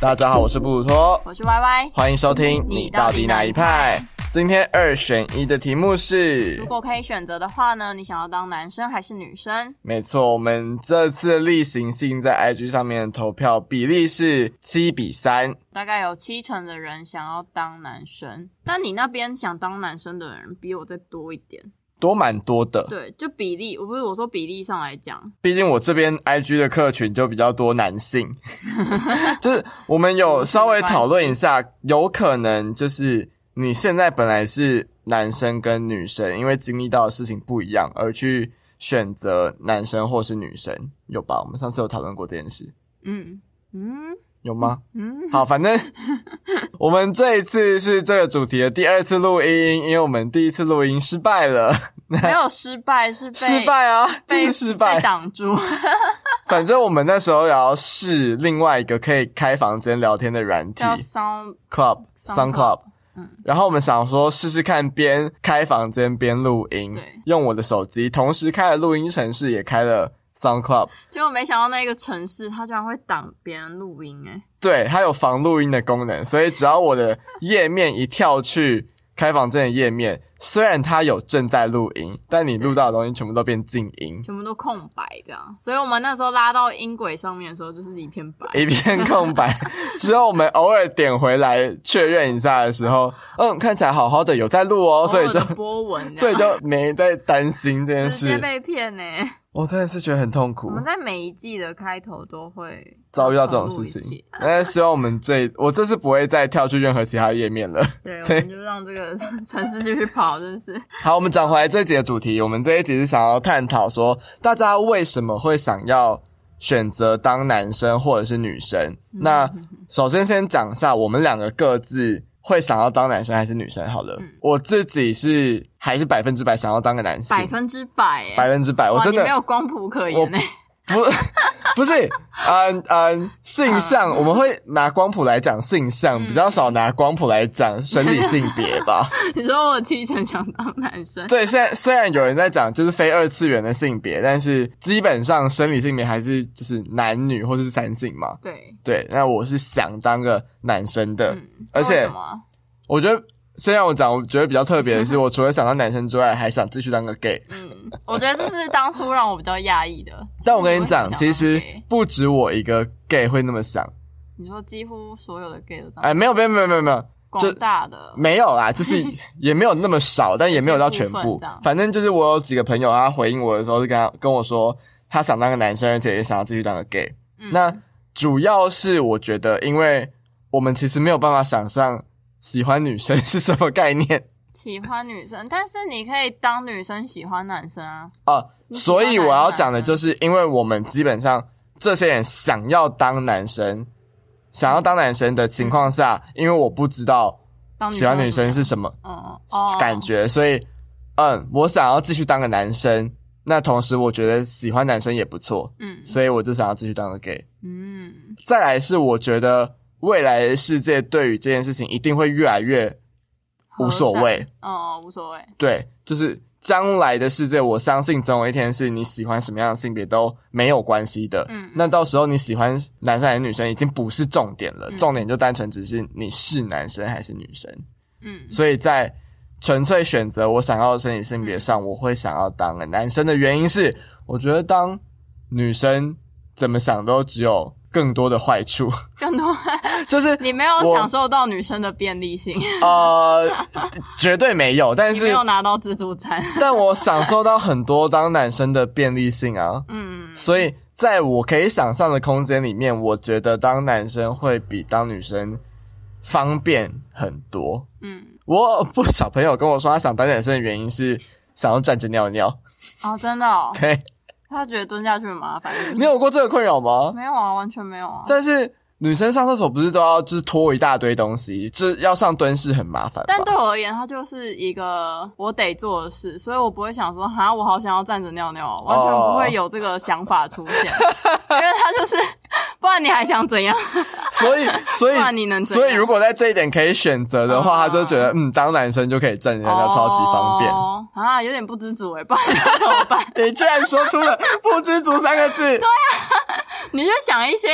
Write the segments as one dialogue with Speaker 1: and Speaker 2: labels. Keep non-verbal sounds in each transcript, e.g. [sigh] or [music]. Speaker 1: 大家好，我是布鲁托，
Speaker 2: 我是 Y Y。
Speaker 1: 欢迎收听。你到底哪一派？今天二选一的题目是
Speaker 2: 如，果可以选择的话呢，你想要当男生还是女生？
Speaker 1: 没错，我们这次例行性在 IG 上面的投票比例是七比三。
Speaker 2: 大概有七成的人想要当男生，但你那边想当男生的人比我再多一
Speaker 1: [laughs]
Speaker 2: 点。
Speaker 1: 多蛮多的，
Speaker 2: 对，就比例，我不是我说比例上来讲，
Speaker 1: 毕竟我这边 IG 的客群就比较多男性， [laughs] 就是我们有稍微讨论一下，有可能就是你现在本来是男生跟女生，因为经历到的事情不一样而去选择男生或是女生，有吧？我们上次有讨论过这件事，
Speaker 2: 嗯嗯
Speaker 1: 有
Speaker 2: [laughs]
Speaker 1: 吗？ [laughs]
Speaker 2: 嗯，
Speaker 1: 好，反正我们这一次是这个主题的第二次录音，因为我们第一次录音失败了，
Speaker 2: 没有失败是被
Speaker 1: [laughs] 失败啊，就
Speaker 2: 被
Speaker 1: 是失败
Speaker 2: 被，
Speaker 1: [laughs]
Speaker 2: 挡住，
Speaker 1: 反正我们那时候也要试另外一个可以开房间聊天的软体
Speaker 2: 叫 sound
Speaker 1: Club
Speaker 2: Sound
Speaker 1: Sun Club，
Speaker 2: 嗯
Speaker 1: 然后我们想说试试看，边开房间边录音
Speaker 2: 对，
Speaker 1: 用我的手机，同时开了录音程式，也开了 Sun Club，
Speaker 2: 结果没想到那个城市它居然会挡别人录音、欸，哎，
Speaker 1: 对，它有防录音的功能，所以只要我的页面一跳去开房间的页面，虽然它有正在录音，但你录到的东西全部都变静音，
Speaker 2: 全部都空白这样，所以我们那时候拉到音轨上面的时候就是一片白，
Speaker 1: 一片空白。 [laughs] 之后我们偶尔点回来确认一下的时候，嗯，看起来好好的，有在录哦，所以就
Speaker 2: 偶尔的波纹
Speaker 1: [laughs]
Speaker 2: 这
Speaker 1: 所以
Speaker 2: 样，
Speaker 1: 就没在担心这件
Speaker 2: 直接
Speaker 1: 事。
Speaker 2: 被骗呢、欸。
Speaker 1: 我真的是觉得很痛
Speaker 2: 我
Speaker 1: 苦，
Speaker 2: 们在每一季的开头都会
Speaker 1: 遭遇到这种
Speaker 2: 重录
Speaker 1: 事
Speaker 2: 一
Speaker 1: 情 [laughs]
Speaker 2: 期。
Speaker 1: 那希望我们这我这次不会再跳去任何其他页面了。
Speaker 2: 对，我
Speaker 1: 所以
Speaker 2: 们就让这个城市继续跑，真是
Speaker 1: 好，我们讲回来这一集的主题，我们这一集是想要探讨说，大家为什么会想要选择当男生或者是女生？
Speaker 2: 嗯
Speaker 1: 那首先先讲一下我们两个各自会想要当男生还是女生好了。
Speaker 2: 嗯
Speaker 1: 我自己是还是百分之百想要当个男性，
Speaker 2: 百分之百哎、
Speaker 1: 百分之百，我
Speaker 2: 哇，
Speaker 1: 真
Speaker 2: 你
Speaker 1: 的
Speaker 2: 没有光谱可言哎、
Speaker 1: 不 [laughs] 不是，嗯嗯，性向我们会拿光谱来讲性向，
Speaker 2: 嗯
Speaker 1: 比较少拿光谱来讲生理性别吧。
Speaker 2: 你说我七成想当男生，
Speaker 1: [laughs] 对，虽然虽然有人在讲就是非二次元的性别，但是基本上生理性别还是就是男女或是三性嘛。
Speaker 2: 对，
Speaker 1: 对，那我是想当个男生的，
Speaker 2: 嗯，
Speaker 1: 而且
Speaker 2: 为什么？
Speaker 1: 我觉得。先让我讲，我觉得比较特别的
Speaker 2: [laughs]
Speaker 1: 是，我除了想当男生之外，还想继续当个 gay。
Speaker 2: 嗯，我觉得这是当初让我比较讶异的。
Speaker 1: [laughs] 但我跟你讲，
Speaker 2: 就是
Speaker 1: 其实
Speaker 2: 为什么想当 gay？哦
Speaker 1: 不止我一个 gay 会那么想。
Speaker 2: 你说几乎所有的 gay 都这样，
Speaker 1: 哎，没有，没有，没有，没有，没
Speaker 2: 哦
Speaker 1: 有，就
Speaker 2: 广大的，
Speaker 1: 没有啦，就是
Speaker 2: [laughs]
Speaker 1: 也没有那么少，但也没有到全
Speaker 2: 一些部分
Speaker 1: 部
Speaker 2: 这样。
Speaker 1: 反正就是我有几个朋友，他回应我的时候是跟他跟我说，他想当个男生，而且也想要继续当个 gay。
Speaker 2: 嗯
Speaker 1: 那主要是我觉得，因为我们其实没有办法想象喜欢女生是什么概念
Speaker 2: 喜欢女生，但是你可以当女生喜欢男生啊。
Speaker 1: 啊，
Speaker 2: [laughs] 你喜
Speaker 1: 所
Speaker 2: 欢
Speaker 1: 以我要讲的
Speaker 2: 男生
Speaker 1: 就是，因为我们基本上这些人想要当男生，想要当男生的情况下，
Speaker 2: 嗯
Speaker 1: 因为我不知道
Speaker 2: 当
Speaker 1: 喜欢女生
Speaker 2: 生怎么
Speaker 1: 是什么。
Speaker 2: 样，嗯，哦
Speaker 1: 感觉，所以嗯，我想要继续当个男生。那同时，我觉得喜欢男生也不错，
Speaker 2: 嗯
Speaker 1: 所以我就想要继续当个 gay。
Speaker 2: 嗯，
Speaker 1: 再来是，我觉得未来的世界对于这件事情一定会越来越无所谓。
Speaker 2: 和善，哦，无所谓，
Speaker 1: 对，就是将来的世界，我相信总有一天是你喜欢什么样的性别都没有关系的。
Speaker 2: 嗯
Speaker 1: 那到时候你喜欢男生还是女生已经不是重点了，
Speaker 2: 嗯
Speaker 1: 重点就单纯只是你是男生还是女生。
Speaker 2: 嗯，
Speaker 1: 所以在纯粹选择我想要的生理性别上，我会想要当个男生的原因是，我觉得当女生怎么想都只有更多的坏处， [laughs]
Speaker 2: 更多 [laughs]
Speaker 1: 就是
Speaker 2: 你没有
Speaker 1: 我
Speaker 2: 享受到女生的便利性，
Speaker 1: 呃，绝对没有，但
Speaker 2: 你没
Speaker 1: 是
Speaker 2: 有拿到自助餐，
Speaker 1: [laughs] 但我享受到很多当男生的便利性啊，
Speaker 2: 嗯，
Speaker 1: 所以在我可以想象的空间里面，我觉得当男生会比当女生方便很多。
Speaker 2: 嗯，
Speaker 1: 我不少朋友跟我说，他想当男生的原因是想要站着尿尿。 [laughs]
Speaker 2: 哦，真的哦，
Speaker 1: 对，
Speaker 2: 他觉得蹲下去很麻烦，是不是
Speaker 1: 你有过这个困扰吗？
Speaker 2: 没有啊，完全没有啊。
Speaker 1: 但是女生上厕所不是都要就是拖一大堆东西，这要上蹲式很麻烦吧。
Speaker 2: 但对我而言，它就是一个我得做的事，所以我不会想说哈，我好想要站着尿尿，完全不会有这个想法出现，因为它就是，不然你还想怎样？
Speaker 1: 哦所以所
Speaker 2: [laughs]
Speaker 1: 以
Speaker 3: 不然你能怎样
Speaker 1: 所以如果在这一点可以选择的话，
Speaker 2: 嗯
Speaker 1: 他就觉得嗯，当男生就可以站人家超级方便。
Speaker 2: 哦、啊，有点不知足哎，不然要怎么
Speaker 1: [laughs]
Speaker 2: 办？
Speaker 1: 你居然说出了“不知足”三个
Speaker 2: [laughs]
Speaker 1: 字，
Speaker 2: 你就想一些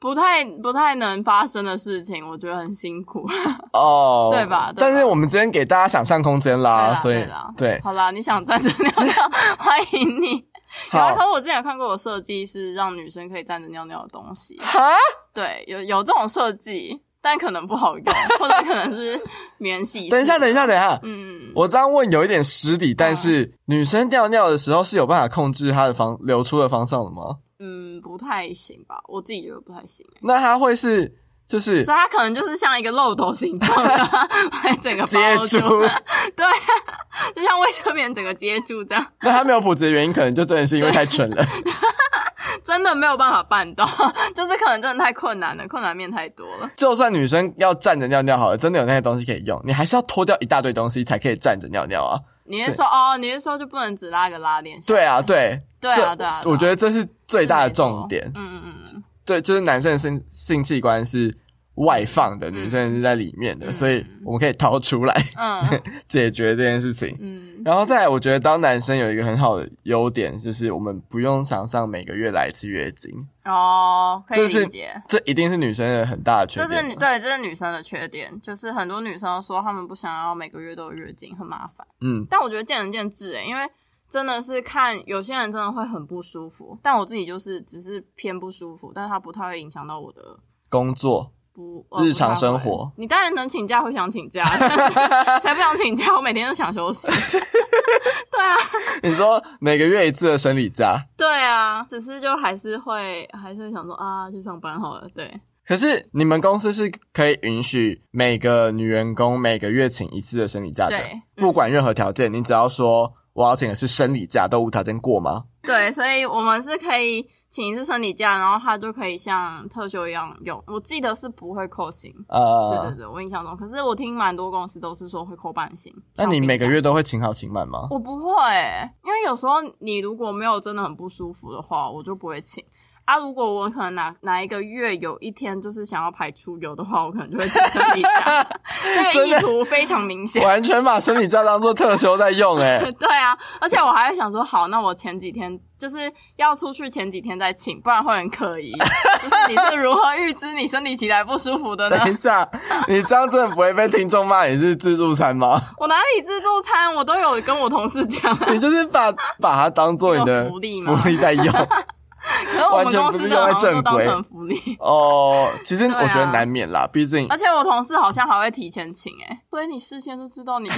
Speaker 2: 不太不太能发生的事情，我觉得很辛苦。
Speaker 1: 哦，
Speaker 2: 对吧对吧
Speaker 1: 但是我们今天给大家想象空间啦，啊所以
Speaker 2: 对啦
Speaker 1: 对，
Speaker 2: 好啦，你想站着尿尿，欢迎你。有啊，
Speaker 1: [laughs] 好
Speaker 2: 可是我之前有看过有设计是让女生可以站着尿尿的东西，
Speaker 1: 哈，
Speaker 2: 对，有有这种设计，但可能不好用，或者可能是免洗。
Speaker 1: [laughs] 等一下，等一下，，等一下，
Speaker 2: 嗯，
Speaker 1: 我这样问有一点失礼，但是女生尿尿的时候是有办法控制她的方流出的方向的吗？
Speaker 2: 嗯，不太行吧，我自己觉得不太行。
Speaker 1: 那她会是就是
Speaker 2: 所以它可能就是像一个漏斗
Speaker 1: [laughs]
Speaker 2: 形状的，把整个
Speaker 1: 接
Speaker 2: 包
Speaker 1: 触？
Speaker 2: 住， [laughs] 对啊，就像卫生棉整个接住这样，
Speaker 1: [laughs] 那她没有普及的原因，可能就真的是因为太蠢了。
Speaker 2: 真的没有办法办到， [laughs] 就是可能真的太困难了，困难面太多了。
Speaker 1: 就算女生要站着尿尿好了，真的有那些东西可以用，你还是要脱掉一大堆东西才可以站着尿尿啊。
Speaker 2: 你是说哦，你是说就不能只拉个拉链？
Speaker 1: 对啊，对，
Speaker 2: 对啊
Speaker 1: 这
Speaker 2: 对啊对啊
Speaker 1: 我觉得这是最大的重点
Speaker 2: 嗯。嗯嗯嗯，
Speaker 1: 对，就是男生的性性器官是外放的，女生是在里面的，
Speaker 2: 嗯
Speaker 1: 所以我们可以掏出来
Speaker 2: 嗯
Speaker 1: 解决这件事情。 [laughs]
Speaker 2: 嗯，
Speaker 1: 然后再来，我觉得当男生有一个很好的优点，就是我们不用想上每个月来一次月经，
Speaker 2: 哦，可以
Speaker 1: 就是
Speaker 2: 理解。
Speaker 1: 这一定是女生的很大的缺点
Speaker 2: 这
Speaker 1: 啊
Speaker 2: 是
Speaker 1: 了。
Speaker 2: 女对，这是女生的缺点，就是很多女生都说她们不想要每个月都有月经，很麻烦。
Speaker 1: 嗯，
Speaker 2: 但我觉得见仁见智欸诶、因为真的是看有些人真的会很不舒服，但我自己就是只是偏不舒服，但是它不太会影响到我的
Speaker 1: 工作
Speaker 2: 不、呃
Speaker 1: 日常
Speaker 2: 不太会
Speaker 1: 生活
Speaker 2: 你当然能请假会想请
Speaker 1: [laughs]
Speaker 2: 假，但是才不想请假，我每天都想休息。对啊，
Speaker 1: 你说每个月一次的生理假，
Speaker 2: 对啊，只是就还是会还是会想说啊，去上班好了。对，
Speaker 1: 可是你们公司是可以允许每个女员工每个月请一次的生理假的，
Speaker 2: 对
Speaker 1: 啊
Speaker 2: 嗯
Speaker 1: 不管任何条件，你只要说我要请的是生理假，都无条件过吗？
Speaker 2: 对，所以我们是可以请一次生理假，然后他就可以像特休一样用。我记得是不会扣薪，对对
Speaker 1: 呃，
Speaker 2: 对，我印象中，可是我听蛮多公司都是说会扣半薪。
Speaker 1: 那你
Speaker 2: 像
Speaker 1: 每个
Speaker 2: 冰箱？
Speaker 1: 月都会请好请满吗？
Speaker 2: 我不会、因为有时候你如果没有真的很不舒服的话，我就不会请。啊，如果我可能哪哪一个月有一天就是想要排出游的话，我可能就会请生理假，这个
Speaker 1: 真
Speaker 2: 意
Speaker 1: 的
Speaker 2: 图非常明显。
Speaker 1: 完全把生理假当做特休在用、
Speaker 2: [laughs]
Speaker 1: 欸，哎，
Speaker 2: 对啊，而且我还会想说，好，那我前几天就是要出去前几天再请，不然会很可疑。 [laughs] 就是你是如何预知你生理期来不舒服的呢
Speaker 1: 等？一下，你这样真的不会被听众骂你是自助餐
Speaker 2: [laughs]
Speaker 1: 吗？
Speaker 2: 我哪里自助餐，我都有跟我同
Speaker 1: [laughs]
Speaker 2: 事讲。
Speaker 1: 你就是把把它当做你
Speaker 2: 这
Speaker 1: 的
Speaker 2: 种福利吗
Speaker 1: 福利在
Speaker 2: [laughs]
Speaker 1: 用
Speaker 2: 可是我们公司的好像都当成福利，
Speaker 1: 哦。其实我觉
Speaker 2: 对
Speaker 1: 得
Speaker 2: 啊
Speaker 1: 难免啦，毕竟
Speaker 2: 而且我同事好像还会提前请哎、所以你事先就知道你都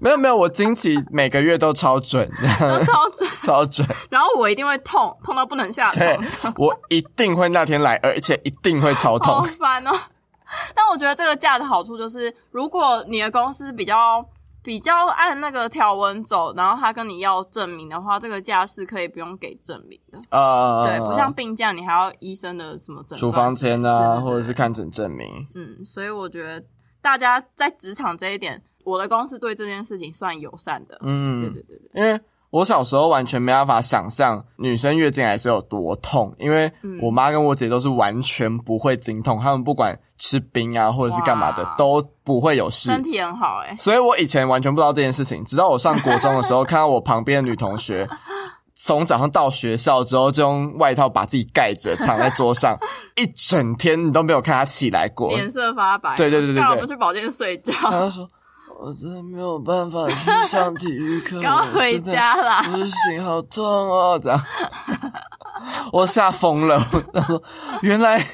Speaker 1: 没有没有，我经期每个月都超准， [laughs]
Speaker 2: 超准，
Speaker 1: 超准。
Speaker 2: 然后我一定会痛，痛到不能下
Speaker 1: 对
Speaker 2: 床，，
Speaker 1: 我一定会那天来，而且一定会超
Speaker 2: 好
Speaker 1: 痛。
Speaker 2: 烦哦、 [laughs] 但我觉得这个假的好处就是，如果你的公司比较比较按那个条文走，然后他跟你要证明的话，这个假是可以不用给证明的。
Speaker 1: 呃，
Speaker 2: 对，不像病假你还要医生的什么诊断
Speaker 1: 处方签啊，
Speaker 2: 对对对
Speaker 1: 或者是看诊证明。
Speaker 2: 嗯，所以我觉得大家在职场这一点，我的公司对这件事情算友善的。对
Speaker 1: 嗯，
Speaker 2: 对对对，
Speaker 1: 因为我小时候完全没办法想象女生月经来是有多痛，因为
Speaker 2: 嗯
Speaker 1: 我妈跟我姐都是完全不会经痛，她们不管吃冰啊或者是干嘛的
Speaker 2: 哇
Speaker 1: 都不会有事
Speaker 2: 身。体很好哎、
Speaker 1: 所以我以前完全不知道这件事情，直到我上国中的时候，看到我旁边的女同
Speaker 2: [laughs]
Speaker 1: 学从早上到学校之后，就用外套把自己盖着，躺在桌上一整天，你都没有看她起来过。
Speaker 2: 脸色发白。
Speaker 1: 对对对对对嗯
Speaker 2: 干嘛不去保健睡觉？
Speaker 1: 她就说：“我真的没有办法去上体育
Speaker 2: [laughs]
Speaker 1: 课，
Speaker 2: [laughs] 赶快回家
Speaker 1: 我 [laughs]
Speaker 2: 啦！
Speaker 1: 真的不行，好痛哦！”这
Speaker 2: [laughs]
Speaker 1: 样，我吓疯了。她说：“原来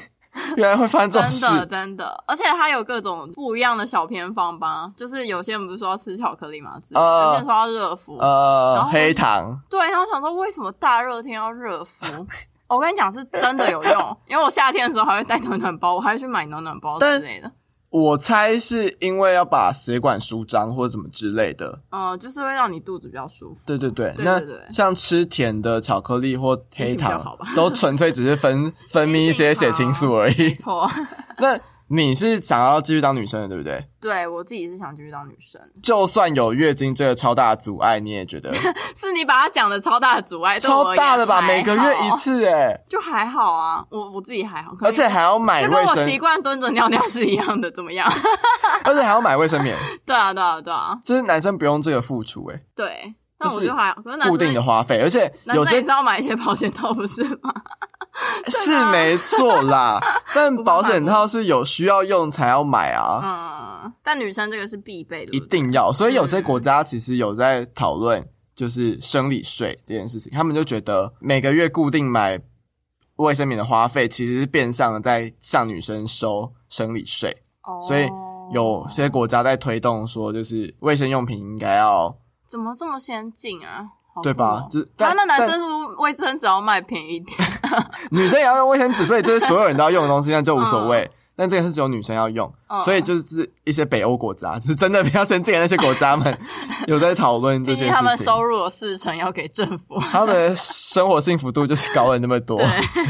Speaker 1: 原来会发生这
Speaker 2: 真
Speaker 1: 种事。”
Speaker 2: 的真的，而且它有各种不一样的小偏方吧，就是有些人不是说要吃巧克力嘛，之类的
Speaker 1: 呃
Speaker 2: 有些人说要热敷，然
Speaker 1: 呃，
Speaker 2: 后
Speaker 1: 黑糖
Speaker 2: 对，然后想说为什么大热天要热敷？我跟你讲是真的有用，因为我夏天的时候还会带暖暖包，我还会去买暖暖包之
Speaker 1: 但
Speaker 2: 类的，
Speaker 1: 我猜是因为要把血管舒张或者怎么之类的。
Speaker 2: 嗯、就是会让你肚子比较舒服。
Speaker 1: 对对对，
Speaker 2: 对对对
Speaker 1: 那像吃甜的巧克力或黑
Speaker 2: 心情比较
Speaker 1: 糖
Speaker 2: 好吧， [laughs]
Speaker 1: 都纯粹只是分分泌一些血清素而
Speaker 2: 没
Speaker 1: 已。
Speaker 2: 错，
Speaker 1: 那你是想要继续当女生的，对不对？
Speaker 2: 对我自己是想继续当女生，
Speaker 1: 就算有月经这个超大的阻碍，你也
Speaker 2: [laughs]
Speaker 1: 觉得
Speaker 2: 是你把它讲的超大的阻碍，对我
Speaker 1: 超
Speaker 2: 而
Speaker 1: 大
Speaker 2: 言
Speaker 1: 的吧？
Speaker 2: 还
Speaker 1: 每个月
Speaker 2: 好
Speaker 1: 一次、
Speaker 2: [laughs]
Speaker 1: 哎，
Speaker 2: 就还好啊，我我自己还好，可
Speaker 1: 而且
Speaker 2: 能
Speaker 1: 还要买
Speaker 2: 就跟
Speaker 1: 卫
Speaker 2: 我
Speaker 1: 生，
Speaker 2: 习惯蹲着尿尿是一样的，怎么
Speaker 1: [laughs]
Speaker 2: 样？
Speaker 1: 而且还要买卫生棉，
Speaker 2: 对啊，对啊，对啊，
Speaker 1: 就是男生不用这个付出、哎，
Speaker 2: 对。那
Speaker 1: 这
Speaker 2: 我
Speaker 1: 是
Speaker 2: 就还好，可 [laughs] 是男生
Speaker 1: 固定的花费，而且
Speaker 2: 男
Speaker 1: 有
Speaker 2: 生也
Speaker 1: 些
Speaker 2: 是要买一些保险套，不是吗？
Speaker 1: 是
Speaker 2: 啊
Speaker 1: 没错
Speaker 2: [laughs]
Speaker 1: 啦，但
Speaker 2: 办法
Speaker 1: 保险套是有需要用才要买 [laughs] 啊。
Speaker 2: 嗯，但女生这个是必备的，
Speaker 1: 一
Speaker 2: 对不对
Speaker 1: 定要。所以有些国家其实有在讨论就是生理税这件事情，他们就觉得每个月固定买卫生棉的花费，其实是变相的在向女生收生理税。
Speaker 2: 哦
Speaker 1: 所以有些国家在推动说，就是卫生用品应该要
Speaker 2: 怎么这么先进啊？好
Speaker 1: 对吧
Speaker 2: 酷哦？
Speaker 1: 就是
Speaker 2: 啊
Speaker 1: 但，
Speaker 2: 那男
Speaker 1: 但
Speaker 2: 生是不是卫生纸要卖便宜一点，
Speaker 1: 女生也要用卫生纸，所以这是所有人都要用的东西，那就无所谓。但这个是只有女生要用，
Speaker 2: 嗯
Speaker 1: 所以就是一些北欧国家，就是真的比较先进的那些国家们，有在讨论这
Speaker 2: 毕
Speaker 1: 件事情。
Speaker 2: 竟 [laughs] 他们收入有四成要给政府，
Speaker 1: 他们的生活幸福度就是高了那么多，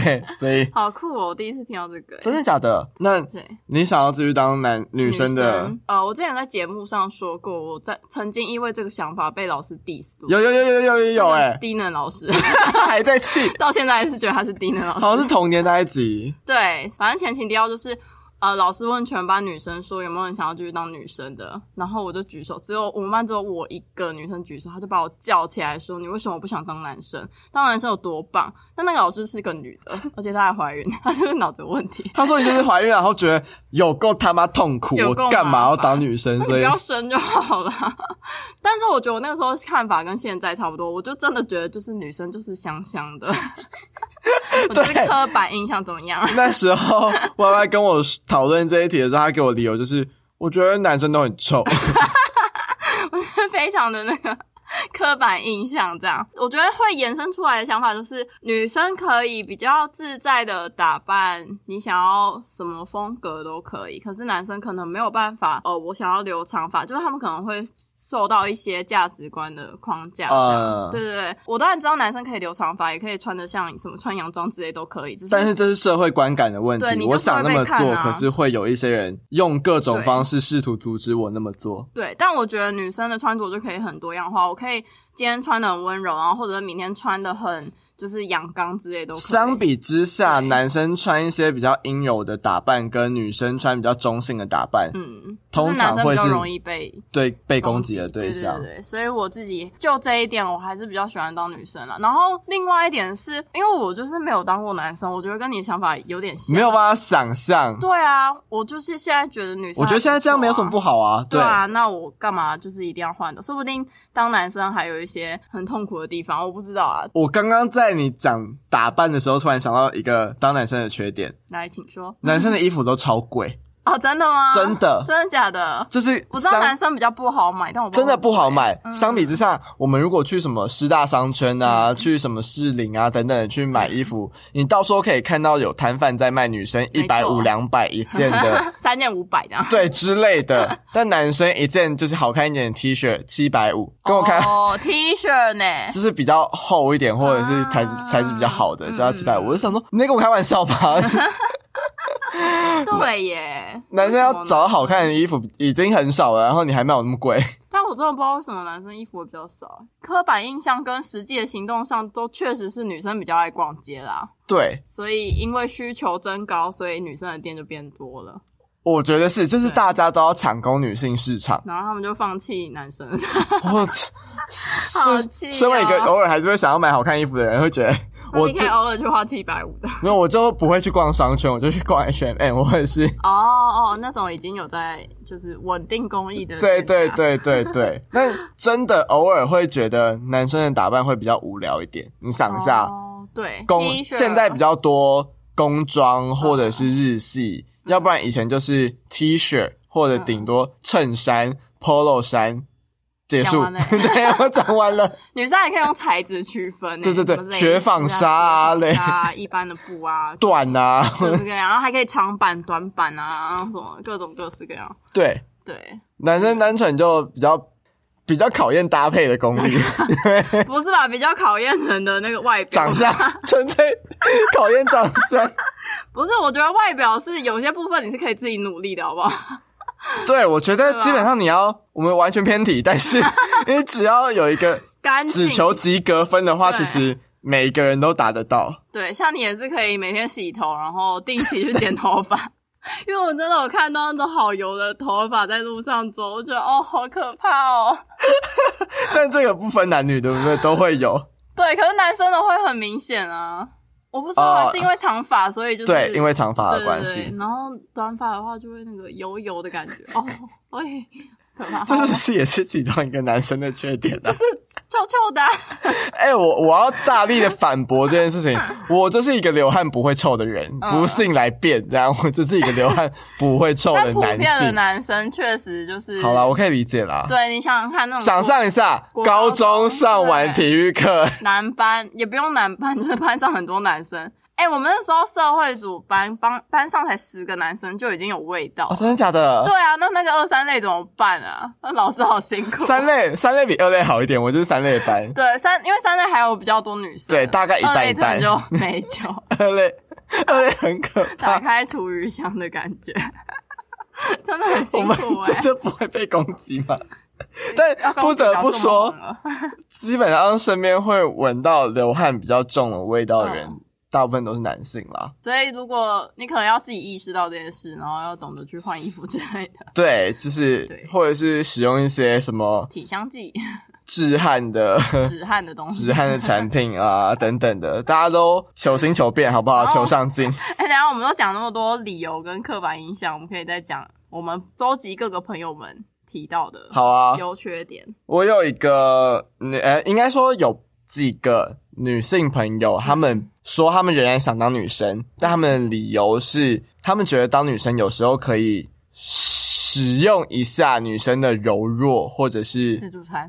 Speaker 1: 对，所以
Speaker 2: 好酷哦！我第一次听到这个，
Speaker 1: 真的假的？那
Speaker 2: 对。
Speaker 1: 你想要继续当男女生的？
Speaker 2: 呃，我之前在节目上说过，我在曾经因为这个想法被老师 diss 过， [laughs]
Speaker 1: 有有有有有有有哎、
Speaker 2: 低能老师， [laughs]
Speaker 1: 还在气，
Speaker 2: 到现在还是觉得他是低能老师。
Speaker 1: 好像是童年那一集，
Speaker 2: 对，反正前情提要就是，呃，老师问全班女生说有没有人想要继续当女生的，然后我就举手，只有我们班只有我一个女生举手，他就把我叫起来说你为什么不想当男生？当男生有多棒？但那个老师是个女的， [laughs] 而且她还怀孕，她是不是脑子有问题？
Speaker 1: 他说你就是怀孕，然后觉得有够他妈痛苦，
Speaker 2: 有
Speaker 1: 我
Speaker 2: 够
Speaker 1: 干嘛要
Speaker 2: 麻烦
Speaker 1: 当女生？
Speaker 2: 那
Speaker 1: 所
Speaker 2: 你
Speaker 1: 以
Speaker 2: 不要生就好了。 [laughs] 但是我觉得我那个时候看法跟现在差不多，我就真的觉得就是女生就是香香的， [laughs] 我觉
Speaker 1: 对
Speaker 2: 得刻板印象怎么样？ [laughs]
Speaker 1: [laughs] 那时候 Y Y 跟我讨论这一题的时候，他给我理由就是，我觉得男生都很
Speaker 2: [laughs]
Speaker 1: 臭，
Speaker 2: 非常的那个刻板印象，这样我觉得会延伸出来的想法就是，女生可以比较自在的打扮，你想要什么风格都可以，可是男生可能没有办法，哦，我想要留长发，就是他们可能会受到一些价值观的框架。
Speaker 1: 呃
Speaker 2: 对，对对，我当然知道男生可以留长发，也可以穿的像什么穿洋装之类都可以，只
Speaker 1: 但是这是社会观感的问题
Speaker 2: 对你。就
Speaker 1: 我
Speaker 2: 是会
Speaker 1: 想那么
Speaker 2: 被看
Speaker 1: 做，
Speaker 2: 啊
Speaker 1: 可是会有一些人用各种
Speaker 2: 对
Speaker 1: 方式试图阻止我那么做。
Speaker 2: 对，但我觉得女生的穿着就可以很多样化，我可以今天穿的很温柔，然后或者明天穿的很就是阳刚之类都可以。
Speaker 1: 相比之下，
Speaker 2: 对
Speaker 1: 男生穿一些比较阴柔的打扮，跟女生穿比较中性的打扮，
Speaker 2: 嗯，
Speaker 1: 通常
Speaker 2: 就是
Speaker 1: 会
Speaker 2: 男
Speaker 1: 是
Speaker 2: 生比较容易被
Speaker 1: 对被
Speaker 2: 被
Speaker 1: 攻击的
Speaker 2: 对
Speaker 1: 象。
Speaker 2: 对对对，所以我自己就这一点，我还是比较喜欢当女生了。然后另外一点是因为我就是没有当过男生，我觉得跟你想法有点像。
Speaker 1: 没有？办法想象。
Speaker 2: 对啊，我就是现在觉得女生、
Speaker 1: 我觉得现在这样没有什么不
Speaker 2: 好。
Speaker 1: 好啊。
Speaker 2: 对啊，那我干嘛就是一定要换的？说不定当男生还有一些很痛苦的地方，我不知道啊。
Speaker 1: 我刚刚在你讲打扮的时候，突然想到一个当男生的缺点，
Speaker 2: 来，请说。
Speaker 1: 男生的衣服都超贵，
Speaker 2: 哦，真的吗？
Speaker 1: 真的
Speaker 2: 真的假的？
Speaker 1: 就是
Speaker 2: 我知道
Speaker 1: 相
Speaker 2: 男生比较不好买，但我
Speaker 1: 真的不好买。
Speaker 2: 嗯
Speaker 1: 相比之下，我们如果去什么师大商圈啊，去什么士林啊等等去买衣服，你到时候可以看到有摊贩在卖女生一
Speaker 2: 没错
Speaker 1: 百五、两百一件的
Speaker 2: [laughs] 三件五百这样。
Speaker 1: 对之类的。但男生一件就是好看一点的 T 恤七百五，跟我看、
Speaker 2: 哦，T 恤呢？
Speaker 1: [laughs] 就是比较厚一点，或者是材质、
Speaker 2: 啊
Speaker 1: 材质比较好的，就要七百五。
Speaker 2: 嗯
Speaker 1: 我就想说，你在跟我开玩笑吧？
Speaker 2: 对耶，
Speaker 1: 男生
Speaker 2: 为什
Speaker 1: 要
Speaker 2: 么呢
Speaker 1: 找到好看的衣服已经很少了，然后你还卖我那么 [laughs] 贵，
Speaker 2: 但我真的不知道为什么男生衣服会比较少。刻板印象跟实际的行动上，都确实是女生比较爱逛街啦。
Speaker 1: 对。
Speaker 2: 所以因为需求增高，所以女生的店就变多了，
Speaker 1: 我觉得是，就是
Speaker 2: 对。
Speaker 1: 大家都要抢攻女性市场
Speaker 2: 然后他们就放弃男生。
Speaker 1: [laughs] 我
Speaker 2: [laughs]
Speaker 1: 操！
Speaker 2: 好气
Speaker 1: 就
Speaker 2: 哦
Speaker 1: 身为一个偶尔还是会想要买好看衣服的人，会觉得我
Speaker 2: 你哦可以偶尔去花七百五的。
Speaker 1: 没有，我就不会去逛商圈，我就去逛 H&M 或者是
Speaker 2: 哦哦，那种已经有在就是稳定工艺的。 [laughs] 啊
Speaker 1: 对对。对对对，但真的偶尔会觉得男生的打扮会比较无聊一点。你想一下，
Speaker 2: 哦，对，
Speaker 1: 工
Speaker 2: T 恤
Speaker 1: 现在比较多工
Speaker 2: 嗯
Speaker 1: 装或者是日系，要不然以前就是 T 恤或者顶多衬衫、polo 衫。结
Speaker 2: 讲
Speaker 1: 束，
Speaker 2: 完了
Speaker 1: [laughs] 对，我讲完了。
Speaker 2: [laughs] 女生还可以用材质区分呢。欸
Speaker 1: 对对对
Speaker 2: 什么蕾丝
Speaker 1: 雪纺纱啊
Speaker 2: 雪纺纱
Speaker 1: [laughs]
Speaker 2: 啊，一般的布啊，
Speaker 1: 短啊，
Speaker 2: 各式各
Speaker 1: [laughs]
Speaker 2: 样，然后还可以长版、短版啊，然后什么各种各式各样。
Speaker 1: 对， [laughs]
Speaker 2: 对，
Speaker 1: 男生单纯就比较比较考验搭配的功
Speaker 2: [laughs]
Speaker 1: 力，
Speaker 2: 不是吧？比较考验人的那个外表， [laughs]
Speaker 1: 长相纯粹考验长相。
Speaker 2: 不是，我觉得外表是有些部分你是可以自己努力的，好不好？
Speaker 1: 对，我觉得基本上你要我们完全偏题，但
Speaker 2: [laughs]
Speaker 1: 是你只要有一个
Speaker 2: 干净
Speaker 1: 只求及格分的话，
Speaker 2: 对
Speaker 1: 其实每一个人都达得到。
Speaker 2: 对，像你也是可以每天洗头，然后定期去剪头发。 [laughs] 因为我真的有看到那种好油的头发在路上走，我觉得哦，好可怕哦。
Speaker 1: [laughs] 但这个不分男女，对不对？都会有。
Speaker 2: 对，可是男生的会很明显啊。我不知道
Speaker 1: 哦
Speaker 2: 还是因为长发，所以就是
Speaker 1: 对，因为长发的
Speaker 2: 对
Speaker 1: 关
Speaker 2: 对
Speaker 1: 系
Speaker 2: 对，然后短发的话就会那个油油的感觉，哦，哎，可怕，
Speaker 1: 这是不
Speaker 2: 好
Speaker 1: 是也是其中一个男生的缺点
Speaker 2: [laughs]
Speaker 1: 呢、啊？
Speaker 2: 臭臭的啊、
Speaker 1: 哎、我我要大力的反驳这件事
Speaker 2: [laughs]
Speaker 1: 情，我就是一个流汗不会臭的人，
Speaker 2: 嗯
Speaker 1: 不信来辩，这样 [laughs] 我就是一个流汗不会臭
Speaker 2: 但
Speaker 1: 的
Speaker 2: 普
Speaker 1: 男
Speaker 2: 遍的
Speaker 1: 性。
Speaker 2: 男生确实就是
Speaker 1: 好啦，我可以理解啦。
Speaker 2: 对你想想看那种
Speaker 1: 想象一下，
Speaker 2: 国
Speaker 1: 高
Speaker 2: 高
Speaker 1: 中
Speaker 2: 中
Speaker 1: 上完体育课，
Speaker 2: 男班也不用男班， [laughs] 就是班上很多男生。哎、我们那时候社会组班帮班上才十个男生就已经有味道
Speaker 1: 哦，。真的假的？
Speaker 2: 对啊，那那个二三类怎么办啊？那老师好辛苦。，
Speaker 1: 三类三类比二类好一点，我就是三类班
Speaker 2: 对三，因为三类还有比较多女生，
Speaker 1: 对大概一半
Speaker 2: 二类
Speaker 1: 一半
Speaker 2: 可能就没
Speaker 1: [laughs]
Speaker 2: 救。
Speaker 1: 二类二类很可怕，
Speaker 2: 打开厨余箱的感觉， [laughs] 真的很
Speaker 1: 我
Speaker 2: 辛
Speaker 1: 们
Speaker 2: 苦哎、
Speaker 1: 真的不会被攻击吗？但不得不说，基本上身边会闻到流汗比较重的味道的人，
Speaker 2: 嗯
Speaker 1: 大部分都是男性啦。
Speaker 2: 所以如果你可能要自己意识到这件事，然后要懂得去换衣服之类的
Speaker 1: 对，就是
Speaker 2: 对
Speaker 1: 或者是使用一些什么
Speaker 2: 体
Speaker 1: [laughs]
Speaker 2: 香剂、
Speaker 1: 止汗的。 [laughs]
Speaker 2: 止汗的东西
Speaker 1: 止。汗的产品啊，等等的，大家都求新求变，好不好？
Speaker 2: 哦
Speaker 1: 求上进。
Speaker 2: 哎、等一下我们都讲那么多理由跟刻板印象，我们可以再讲我们周集各个朋友们提到的
Speaker 1: 好啊，
Speaker 2: 优缺点。
Speaker 1: 我有一个女，呃，应该说有几个女性朋友，她们说她们仍然想当女生，但她们的理由是，她们觉得当女生有时候可以使用一下女生的柔弱，或者是
Speaker 2: 自助餐，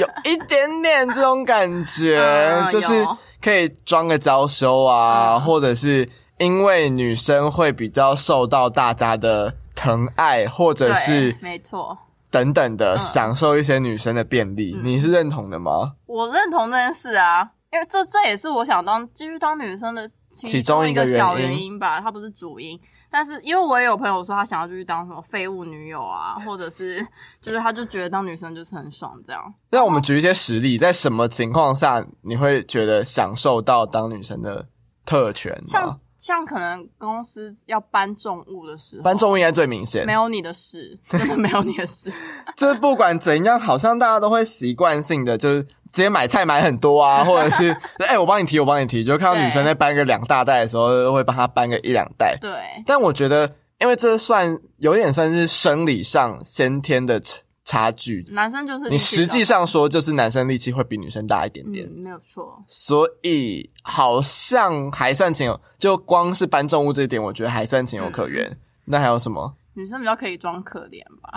Speaker 1: 有一点点这种感觉
Speaker 2: [laughs] 嗯，
Speaker 1: 就是
Speaker 2: 有
Speaker 1: 可以装个娇羞啊，
Speaker 2: 嗯
Speaker 1: 或者是因为女生会比较受到大家的疼爱，或者
Speaker 2: 对，
Speaker 1: 是
Speaker 2: 没错。
Speaker 1: 等等的，
Speaker 2: 嗯
Speaker 1: 享受一些女生的便利，
Speaker 2: 嗯
Speaker 1: 你是认同的吗？
Speaker 2: 我认同这件事啊，因为这这也是我想当继续当女生的
Speaker 1: 其
Speaker 2: 其
Speaker 1: 中
Speaker 2: 中
Speaker 1: 一
Speaker 2: 一
Speaker 1: 个
Speaker 2: 个小
Speaker 1: 原因
Speaker 2: 原因吧，它不是主因。但是因为我也有朋友说他想要继续当什么废物女友啊，或者是就是他就觉得当女生就是很爽这样。
Speaker 1: 让我们举一些实例，在什么情况下你会觉得享受到当女生的特权
Speaker 2: 像
Speaker 1: 吗？
Speaker 2: 像可能公司要搬重物的时候，
Speaker 1: 搬重物应该最明显
Speaker 2: 没，有你的事，真的没有你的事。
Speaker 1: 就是不管怎样，好像大家都会习惯性的就是直接买菜买很多
Speaker 2: [laughs]
Speaker 1: 啊，或者是哎、我帮你提，我帮你提，就看到女生
Speaker 2: 对
Speaker 1: 在搬个两大袋的时候，会帮她搬个一两袋。
Speaker 2: 对，
Speaker 1: 但我觉得，因为这算有点算是生理上先天的差差距，
Speaker 2: 男生就是
Speaker 1: 你
Speaker 2: 力气
Speaker 1: 实
Speaker 2: 小
Speaker 1: 际上说就是男生力气会比女生大一点点。
Speaker 2: 嗯没有错，
Speaker 1: 所以好像还算情有，就光是搬重物这一点，我觉得还算情
Speaker 2: 嗯
Speaker 1: 有可原。那还有什么？
Speaker 2: 女生比较可以装可怜吧。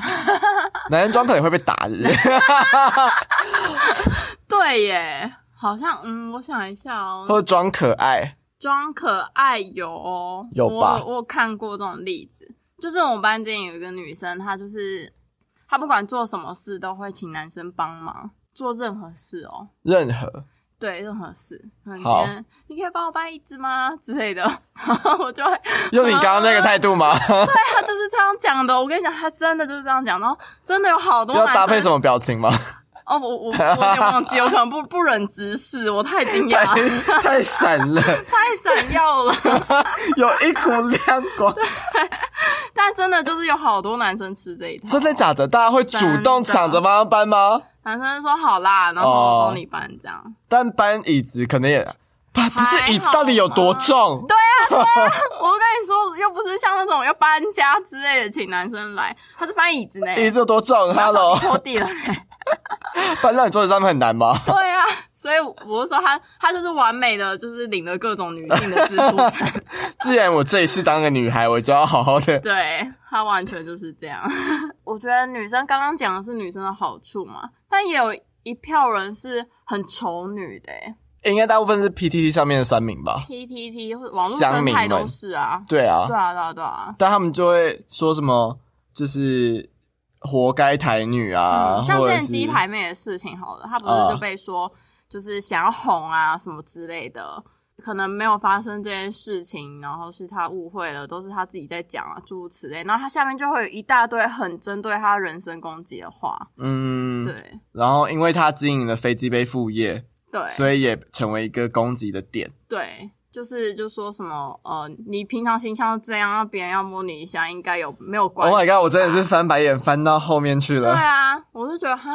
Speaker 1: 男人装可能会被打，是不
Speaker 2: [laughs]
Speaker 1: 是？
Speaker 2: 对耶，好像嗯，我想一下哦，
Speaker 1: 或者装可爱？
Speaker 2: 装可爱有哦，
Speaker 1: 有吧
Speaker 2: 我我有看过这种例子，就是我们班之前有一个女生，她就是她不管做什么事都会请男生帮忙，做任何事哦，
Speaker 1: 任何
Speaker 2: 对，任何事，可能
Speaker 1: 好
Speaker 2: 今天你可以帮我搬椅子吗之类的， [laughs] 然后我就会哎
Speaker 1: 用你刚刚那个态度吗？
Speaker 2: 她就是这样讲的，我跟你讲，她真的就是这样讲，然后真的有好多
Speaker 1: 要
Speaker 2: 男
Speaker 1: 搭配
Speaker 2: 生
Speaker 1: 什么表情吗？
Speaker 2: 哦，我我我有点忘记，我可能不不忍直视，我太惊讶了，
Speaker 1: 太太闪了，
Speaker 2: 太闪耀了。
Speaker 1: 有一股亮光。
Speaker 2: 但真的就是有好多男生吃这一套，
Speaker 1: 真的假的？大家会主动抢着帮他搬吗？
Speaker 2: 男生说好啦，然后
Speaker 1: 哦
Speaker 2: 我帮你搬这样。
Speaker 1: 但搬椅子可能也不不
Speaker 2: 还好
Speaker 1: 是
Speaker 2: 吧
Speaker 1: 椅子到底有多重？
Speaker 2: 我跟你说，又不是像那种要搬家之类的，请男生来，他是搬椅子呢。
Speaker 1: 椅子有哦多重
Speaker 2: 然后
Speaker 1: ？Hello，
Speaker 2: 拖地了呢。
Speaker 1: 搬到你桌子上面很难吗？ [laughs]
Speaker 2: 对啊，所以我就说他，他就是完美的，就是领了各种女性的自助餐。
Speaker 1: 既然我这一世当个女孩，我就要好好的
Speaker 2: [laughs] 对他完全就是这样。 [laughs] 我觉得女生刚刚讲的是女生的好处嘛，但也有一票人是很丑女的、欸、
Speaker 1: 应该大部分是 PTT 上面的酸民吧？
Speaker 2: ，PTT 或者网络
Speaker 1: 乡
Speaker 2: 生
Speaker 1: 民
Speaker 2: 态都
Speaker 1: 们
Speaker 2: 是啊。
Speaker 1: 对啊，
Speaker 2: 对啊，对啊，对啊。
Speaker 1: 但他们就会说什么，就是活该台女啊，
Speaker 2: 嗯，像
Speaker 1: 或
Speaker 2: 之
Speaker 1: 者
Speaker 2: 前
Speaker 1: 是
Speaker 2: 鸡排妹的事情好了，她不是
Speaker 1: 啊
Speaker 2: 就被说就是想要红啊什么之类的，可能没有发生这件事情，然后是他误会了，都是他自己在讲啊，诸如此类。然后他下面就会有一大堆很针对他人身攻击的话，
Speaker 1: 嗯，
Speaker 2: 对
Speaker 1: 然后因为他经营了飞机杯副业，
Speaker 2: 对
Speaker 1: 所以也成为一个攻击的点。
Speaker 2: 对，就是就说什么呃，你平常形象是这样，那别人要摸你一下，应该有没有
Speaker 1: Oh
Speaker 2: 关系
Speaker 1: my god！我真的
Speaker 2: 吧
Speaker 1: 是翻白眼翻到后面去
Speaker 2: 啊对
Speaker 1: 了。
Speaker 2: 啊，我就觉得哈，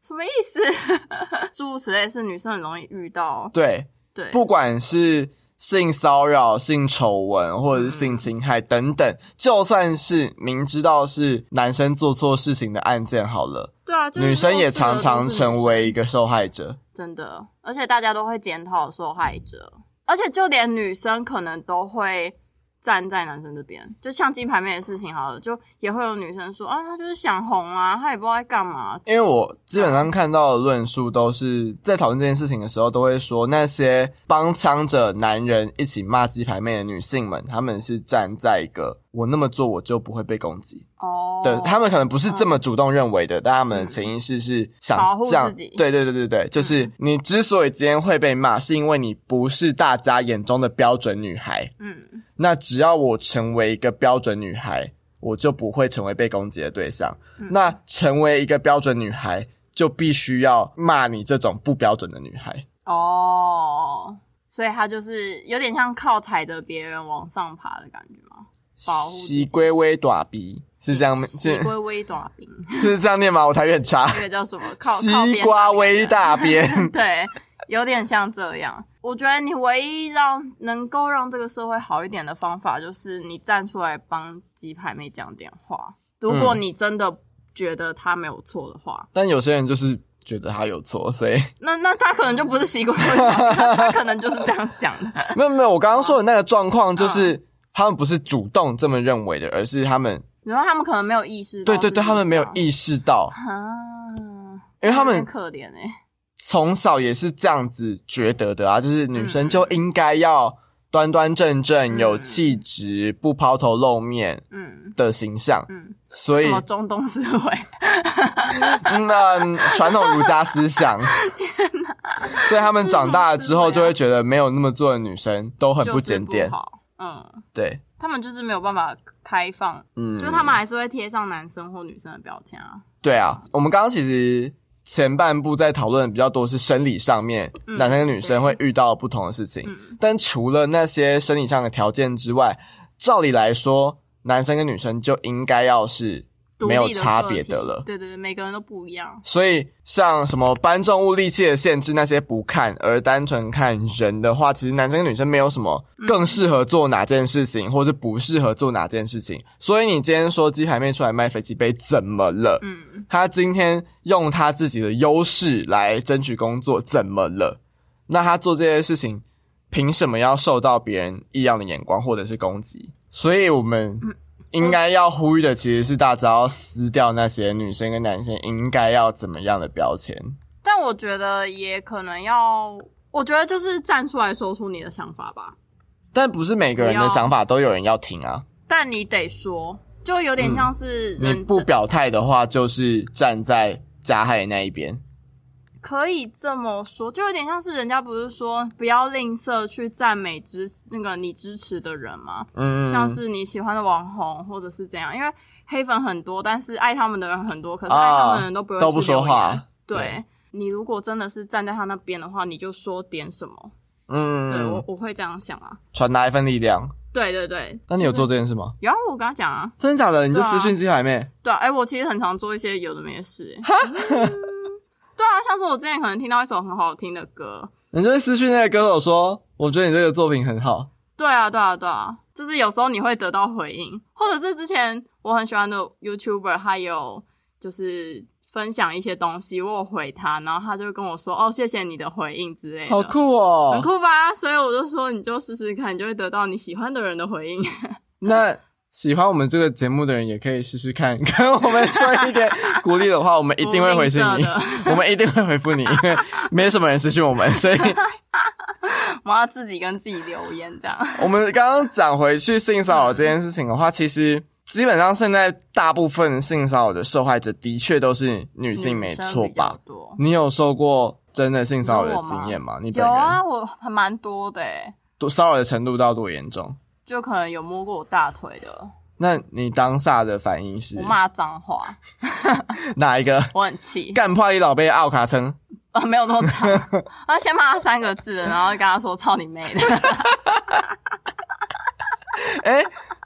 Speaker 2: 什么意思？ [laughs] 诸如此类是女生很容易遇到，
Speaker 1: 对，
Speaker 2: 对，
Speaker 1: 不管是性骚扰、性丑闻或者是性侵害等等，
Speaker 2: 嗯
Speaker 1: 就算是明知道是男生做错事情的案件好了，
Speaker 2: 对啊，就是
Speaker 1: 女生也
Speaker 2: 弱势的
Speaker 1: 常
Speaker 2: 都
Speaker 1: 常
Speaker 2: 是女
Speaker 1: 成
Speaker 2: 生
Speaker 1: 为一个受害者。
Speaker 2: 真的，而且大家都会检讨受害者，而且就连女生可能都会站在男生这边。就像金牌妹的事情好了，就也会有女生说啊，她就是想红啊，她也不知道在干嘛。
Speaker 1: 因为我基本上看到的论述都是在讨论这件事情的时候，都会说那些帮腔着男人一起骂鸡排妹的女性们，她们是站在一个我那么做我就不会被攻击
Speaker 2: 哦，嗯
Speaker 1: 的，她们可能不是这么主动认为的，但她们的潜意识是想
Speaker 2: 保护
Speaker 1: 这样
Speaker 2: 自己，嗯
Speaker 1: 对对对对对，就是你之所以今天会被骂，是因为你不是大家眼中的标准女孩。
Speaker 2: 嗯，
Speaker 1: 那只要我成为一个标准女孩，我就不会成为被攻击的对象。
Speaker 2: 嗯
Speaker 1: 那成为一个标准女孩，就必须要骂你这种不标准的女孩。
Speaker 2: 哦，所以她就是有点像靠踩着别人往上爬的感觉吗？保护自己
Speaker 1: 西龟微短鼻是这样
Speaker 2: [laughs] 西
Speaker 1: 是
Speaker 2: 龟微短兵，
Speaker 1: 是这样念吗？我台语很差
Speaker 2: [laughs] 那。个叫什么？
Speaker 1: [laughs]
Speaker 2: 靠靠
Speaker 1: 西
Speaker 2: 边
Speaker 1: 瓜
Speaker 2: 那边
Speaker 1: 微
Speaker 2: 的，
Speaker 1: 大边
Speaker 2: [laughs] 对，有点像这样。我觉得你唯一让能够让这个社会好一点的方法，就是你站出来帮鸡排妹讲点话。如果
Speaker 1: 嗯
Speaker 2: 你真的觉得她没有错的话，
Speaker 1: 但有些人就是觉得他有错，所以
Speaker 2: 那那她可能就不是习惯会 [laughs] 讲，她可能就是这样想的。
Speaker 1: 没有没有。我刚刚说的那个状况
Speaker 2: 哦
Speaker 1: 就是。他们不是主动这么认为的，而是他们
Speaker 2: 然后他们可能没有意识到
Speaker 1: 对
Speaker 2: 自己这
Speaker 1: 对
Speaker 2: 样，
Speaker 1: 对，他们没有意识到，
Speaker 2: 啊，
Speaker 1: 因为他
Speaker 2: 有点
Speaker 1: 们
Speaker 2: 可怜哎、
Speaker 1: 从小也是这样子觉得的啊，就是女生就应该要端端正正、
Speaker 2: 嗯
Speaker 1: 有气质、不抛头露面
Speaker 2: 嗯
Speaker 1: 的形象，
Speaker 2: 嗯，
Speaker 1: 所
Speaker 2: 什
Speaker 1: 以
Speaker 2: 么中东思
Speaker 1: [laughs]
Speaker 2: 维，
Speaker 1: 那嗯传统儒家思
Speaker 2: [laughs]
Speaker 1: 想，所以他们长大了之后就会觉得没有那么做的女生都很不检
Speaker 2: 就是
Speaker 1: 点
Speaker 2: 不，好，嗯，
Speaker 1: 对，
Speaker 2: 他们就是没有办法开放
Speaker 1: 嗯，
Speaker 2: 就是他们还是会贴上男生或女生的标签啊。
Speaker 1: 对啊，我们刚刚其实前半部在讨论比较多是生理上面，
Speaker 2: 嗯
Speaker 1: 男生跟女生会遇到不同的事情。
Speaker 2: 嗯
Speaker 1: 但除了那些生理上的条件之外，照理来说，男生跟女生就应该要是没
Speaker 2: 独
Speaker 1: 有
Speaker 2: 立的
Speaker 1: 差
Speaker 2: 个
Speaker 1: 别
Speaker 2: 体
Speaker 1: 的了。
Speaker 2: 对对对，每个人都不一样。
Speaker 1: 所以，像什么搬重物、力气的限制那些不看，而单纯看人的话，其实男生跟女生没有什么
Speaker 2: 嗯
Speaker 1: 更适合做哪件事情，或是不适合做哪件事情。所以你今天说鸡排妹出来卖飞机杯怎么了？
Speaker 2: 嗯，
Speaker 1: 他今天用他自己的优势来争取工作，怎么了？那他做这些事情，凭什么要受到别人异样的眼光或者是攻击？所以我们应该要呼吁的，其实是大家要撕掉那些女生跟男生应该要怎么样的标签。
Speaker 2: 但我觉得也可能要，我觉得就是站出来说出你的想法吧。
Speaker 1: 但不是每个人
Speaker 2: 不
Speaker 1: 的
Speaker 2: 要
Speaker 1: 想法都有人要听啊！
Speaker 2: 但你得说，就有点像是
Speaker 1: 嗯你
Speaker 2: 人、
Speaker 1: 不表态的话，就是站在加害的那一边。
Speaker 2: 可以这么说，就有点像是人家不是说不要吝啬去赞美支那个你支持的人吗？
Speaker 1: 嗯，
Speaker 2: 像是你喜欢的网红或者是怎样，因为黑粉很多，但是爱他们的人很多，可是爱他们的人都不会、
Speaker 1: 啊都不说话。
Speaker 2: 对
Speaker 1: 对
Speaker 2: 你如果真的是站在他那边的话，你就说点什么。对我
Speaker 1: 嗯，
Speaker 2: 我会这样想啊。
Speaker 1: 传达一份力量。
Speaker 2: 对对对，
Speaker 1: 那你有
Speaker 2: 就是
Speaker 1: 做？这件事吗？
Speaker 2: 有啊，我跟他讲啊，
Speaker 1: 真的假的？你就
Speaker 2: 对啊
Speaker 1: 私讯鸡排妹？
Speaker 2: 对啊，哎、我其实很常做一些有的没的事、欸。嗯对啊，像是我之前可能听到一首很好听的歌，
Speaker 1: 你就会私讯那个歌手说：“我觉得你这个作品很好。
Speaker 2: 对啊，对啊，对啊，就是有时候你会得到回应，或者是之前我很喜欢的 YouTuber，他有就是分享一些东西，我有回他，然后他就跟我说：“哦，谢谢你的回应之类”的，
Speaker 1: 好酷哦！
Speaker 2: 很酷吧？所以我就说，你就试试看，你就会得到你喜欢的人的回应。 [laughs]
Speaker 1: 那喜欢我们这个节目的人也可以试试
Speaker 2: [laughs]
Speaker 1: 看，跟我们说一点鼓励的话，我们一定会回信
Speaker 2: 我吝
Speaker 1: 你 [laughs]
Speaker 2: 啬，
Speaker 1: 我们一定会回复你，因为没什么人私讯我们，所
Speaker 2: [laughs]
Speaker 1: 以
Speaker 2: 我要自己跟自己留言这样。
Speaker 1: 我们刚刚讲回去性骚扰这件事情的话，其实基本上现在大部分性骚扰的受害者的确都是女性，没
Speaker 2: 女生
Speaker 1: 错
Speaker 2: 比较
Speaker 1: 吧？
Speaker 2: 多，
Speaker 1: 你有受过真的性骚扰的
Speaker 2: 你说我吗
Speaker 1: 经验吗？你本
Speaker 2: 有
Speaker 1: 人、
Speaker 2: 啊，我还蛮多的欸，
Speaker 1: 多骚扰的程度到多严重？
Speaker 2: 就可能有摸过我大腿的，
Speaker 1: 那你当下的反应是
Speaker 2: 我骂脏话，
Speaker 1: 哪一个？ [laughs]
Speaker 2: 我很气，
Speaker 1: 干怕你老被奥卡称，
Speaker 2: 啊，没有那么长，然后先骂他三个字，然后跟他说“操你妹的！
Speaker 1: 哎、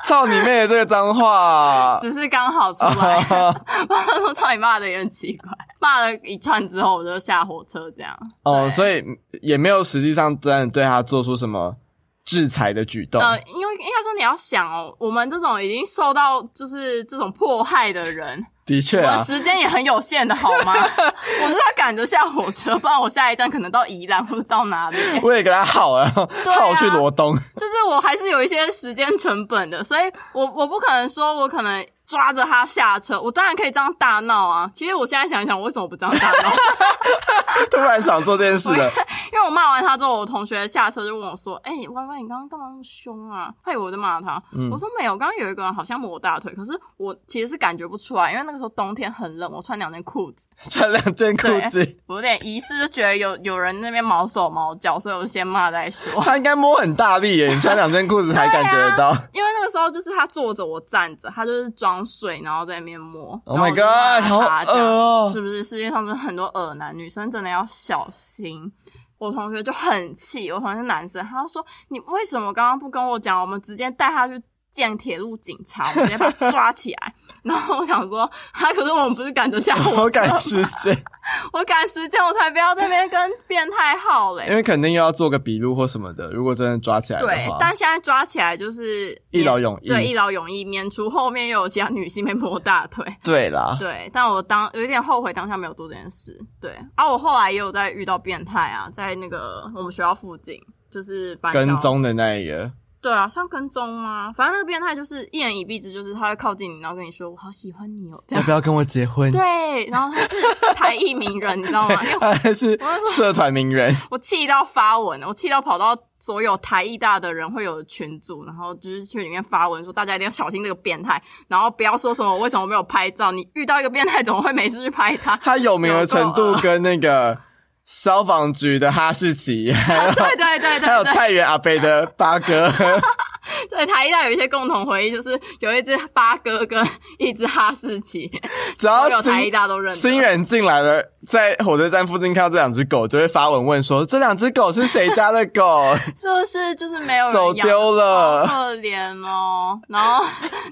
Speaker 1: 操你妹的这个脏”，话
Speaker 2: [laughs] 只是刚好出来，骂他说“操你妈的”也很奇怪。骂了一串之后，我就下火车这样。
Speaker 1: 哦，
Speaker 2: 以
Speaker 1: 所以也没有实际上真的对他做出什么制裁的举动。
Speaker 2: 呃，因为应该说你要想哦，我们这种已经受到就是这种迫害的人，
Speaker 1: 的确
Speaker 2: 我
Speaker 1: 啊
Speaker 2: 的，时间也很有限的好吗？ [laughs] 我是要赶着下火车，不然我下一站可能到宜兰或者到哪里，
Speaker 1: 我也跟他耗了，然后
Speaker 2: 对啊
Speaker 1: 耗去罗东。 [laughs]
Speaker 2: 就是我还是有一些时间成本的，所以我我不可能说我可能抓着他下车，我当然可以这样大闹啊。其实我现在想一想，我为什么不这样大闹？
Speaker 1: 突然想做这件事了，
Speaker 2: 因为我骂完他之后，我同学下车就问我说：“哎、y Y，你刚刚干嘛那么凶啊？”他以为我在骂他，
Speaker 1: 嗯
Speaker 2: 我说没有，刚刚有一个人好像摸我大腿，可是我其实是感觉不出来，因为那个时候冬天很冷，我穿两件裤子，
Speaker 1: 穿两件裤子，
Speaker 2: 我有点疑似，就觉得有有人那边毛手毛脚，所以我就先骂再说。
Speaker 1: 他应该摸很大力耶，你穿两件裤子才
Speaker 2: 啊
Speaker 1: 感觉得到。
Speaker 2: 因为那个时候就是他坐着，我站着，他就是装睡，然后在那边摸。
Speaker 1: Oh
Speaker 2: 然后
Speaker 1: my
Speaker 2: 我就骂
Speaker 1: god，好
Speaker 2: 他这
Speaker 1: 恶
Speaker 2: 样
Speaker 1: 哦！
Speaker 2: 是不是世界上真的很多恶男？女生真的要小心。我同学就很气，我同学是男生，他就说：“你为什么刚刚不跟我讲？我们直接带他去见铁路警察，我们直接把他抓起来。” [laughs] 然后我想说：“他可是我们不是赶着下
Speaker 1: 我
Speaker 2: 火车，
Speaker 1: 赶时间，
Speaker 2: 我赶时间，我才不要这边跟变态耗嘞。
Speaker 1: 因”为肯定又要做个笔录或什么的。如果真的抓起来
Speaker 2: 对
Speaker 1: 的，话
Speaker 2: 但，现在抓起来就是
Speaker 1: 一劳永逸。
Speaker 2: 对一劳永逸，免除后面又有其他女性被摸大 [laughs] 腿。
Speaker 1: 对啦，
Speaker 2: 对，但我当有一点后悔当下没有做这件事。对，啊，我后来也有在遇到变态啊，在那个我们学校附近，就是板桥
Speaker 1: 跟。踪的那一个，
Speaker 2: 对啊，像跟踪吗？反正那个变态就是一言以蔽之，就是他会靠近你，然后跟你说“我好喜欢你哦”
Speaker 1: [laughs]
Speaker 2: 这 [laughs]
Speaker 1: 要
Speaker 2: 样。
Speaker 1: 不要跟我结婚？
Speaker 2: 对，啊然后他是台艺名人，你知 [laughs] 道吗？因为
Speaker 1: [laughs] 他还是社团名人，
Speaker 2: 我气到发文了，我气到跑到所有台艺大的人会有的群组，然后就是去里面发文说大家一定要小心这个变态，然后不要说什么我为什么没有拍照，你遇到一个变态怎么会没事去拍他？ [laughs]
Speaker 1: 他有名的程度
Speaker 2: 啊
Speaker 1: 跟那个消防局的哈士奇，还有
Speaker 2: 对对对
Speaker 1: 还有
Speaker 2: 对对，
Speaker 1: 菜园阿贝的八哥，
Speaker 2: [laughs] 对台艺大有一些共同回忆，就是有一只八哥跟一只哈士奇，
Speaker 1: 只要
Speaker 2: 所有台艺
Speaker 1: 新
Speaker 2: 大都认得。
Speaker 1: 哦新人进来了，在火车站附近看到这两只狗，就会发文问说：“这两只狗是谁家的狗 [laughs]
Speaker 2: 是不是就是没有人
Speaker 1: 走
Speaker 2: 养
Speaker 1: 丢了
Speaker 2: 好可怜哦。
Speaker 1: [laughs]
Speaker 2: 然后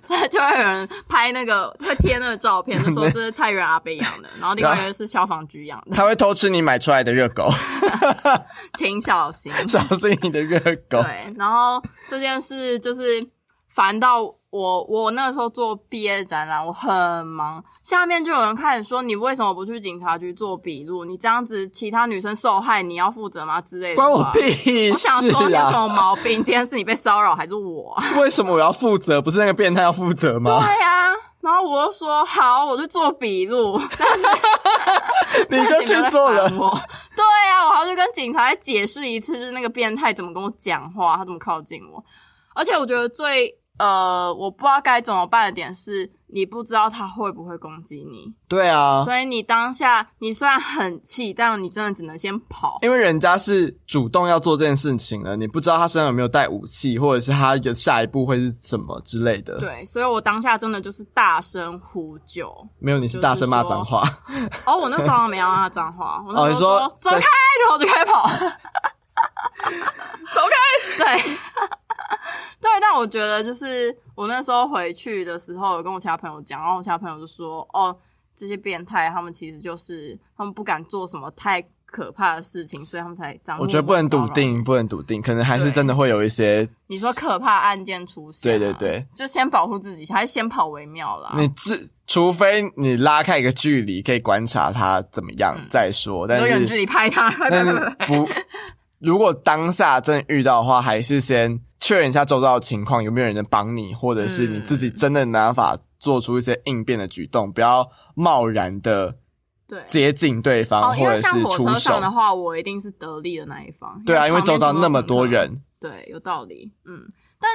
Speaker 2: 再就会有人拍那个，会贴那个照片，就说这是菜园阿伯养的，然后另外一个是消防局养？”的，
Speaker 1: 他会偷吃你买出来的热狗，
Speaker 2: 请小
Speaker 1: [laughs]
Speaker 2: 心。
Speaker 1: 小心你的热狗。
Speaker 2: 对，然后这件事就是烦到我，我那个时候做毕业展览，我很忙。下面就有人开始说：“你为什么不去警察局做笔录？你这样子，其他女生受害，你要负责吗？”之类的。
Speaker 1: 关我！屁
Speaker 2: 我
Speaker 1: 事
Speaker 2: 想说你有什
Speaker 1: 啊！
Speaker 2: 么毛病？今天是你被骚扰还是我
Speaker 1: [laughs]
Speaker 2: 啊？
Speaker 1: 为什么我要负责？不是那个变态要负责吗？
Speaker 2: 对呀、然后我就说好，我就做笔录， [laughs] 但是
Speaker 1: 你就去做
Speaker 2: 了
Speaker 1: 了。
Speaker 2: 我。 [laughs] 对啊呀、我还要去跟警察再解释一次，就是那个变态怎么跟我讲话，他怎么靠近我。而且我觉得最呃，我不知道该怎么办的点是，你不知道他会不会攻击你，
Speaker 1: 对啊，
Speaker 2: 所以你当下你虽然很气，但你真的只能先跑。
Speaker 1: 因为人家是主动要做这件事情了，你不知道他身上有没有带武器，或者是他的下一步会是什么之类的。，
Speaker 2: 对，所以我当下真的就是大声呼救。
Speaker 1: 没有你是大声骂脏话， [laughs]
Speaker 2: 哦，我那时候好像没有让他脏话，我
Speaker 1: 哦
Speaker 2: 那
Speaker 1: 你
Speaker 2: 时
Speaker 1: 说
Speaker 2: 候说、走开，然后我就开跑，走开， [laughs] 对，对。但我觉得就是我那时候回去的时候，有跟我其他朋友讲，然后我其他朋友就说，哦，这些变态他们其实就是他们不敢做什么太可怕的事情，所以他们才这样。
Speaker 1: 我觉得不能笃。定，不能笃定，可能还是真的会有一些。
Speaker 2: 你说可怕案件出现、啊
Speaker 1: 对对对，
Speaker 2: 就先保护自己，还是先跑为妙啦。
Speaker 1: 你至除非你拉开一个距离，可以观察他怎么样、再说，但
Speaker 2: 就嗯远距
Speaker 1: 是
Speaker 2: 离拍他，
Speaker 1: [laughs] 但
Speaker 2: [laughs]
Speaker 1: 是不，如果当下真的遇到的话，还是先确认一下周遭的情况，有没有人能帮你，或者是你自
Speaker 2: 嗯
Speaker 1: 己真的拿法做出一些应变的举动，不要贸然的。
Speaker 2: 对，
Speaker 1: 接近对方，
Speaker 2: 哦，因
Speaker 1: 啊或者
Speaker 2: 为
Speaker 1: 是
Speaker 2: 像火
Speaker 1: 出
Speaker 2: 车
Speaker 1: 手
Speaker 2: 上。的话，我一定是得利的那一方。
Speaker 1: 对啊，因为
Speaker 2: 旁边
Speaker 1: 周遭
Speaker 2: 什
Speaker 1: 那么
Speaker 2: 都是
Speaker 1: 多
Speaker 2: 人，
Speaker 1: 人，
Speaker 2: 对，有道理。嗯，但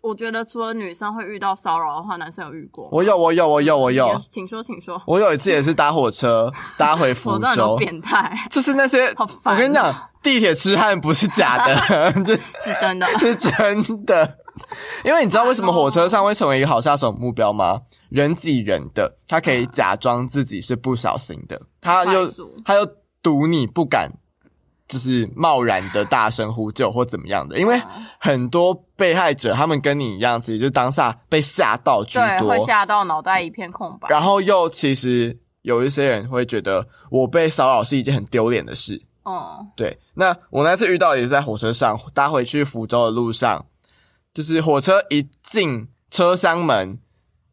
Speaker 2: 我觉得除了女生会遇到骚扰的话，男生有遇过。
Speaker 1: 我有，我有，我有，我有，
Speaker 2: 请说，请说。
Speaker 1: 我有一次也是搭火
Speaker 2: [laughs]
Speaker 1: 车搭回
Speaker 2: 我
Speaker 1: 福
Speaker 2: 真的很多
Speaker 1: 州，
Speaker 2: 变态，
Speaker 1: 就是那些
Speaker 2: 好烦啊
Speaker 1: 我跟你讲，地铁痴汉不是假
Speaker 2: [laughs]
Speaker 1: 的，就是
Speaker 2: 是真的。
Speaker 1: [laughs] 是真的。因为你知道为什么火车上会成为一个好杀手目标吗？人挤人的，他可以假装自己是不小心的，他又
Speaker 2: 快速
Speaker 1: 他又堵你不敢，就是贸然的大声呼救或怎么样的。因为很多被害者他们跟你一样，其实就当下被吓到居
Speaker 2: 对，
Speaker 1: 多
Speaker 2: 会，吓到脑袋一片空白。
Speaker 1: 然后又其实有一些人会觉得我被骚扰是一件很丢脸的事。
Speaker 2: 嗯，
Speaker 1: 对，那我那次遇到也是在火车上搭回去福州的路上，就是火车一进车厢门，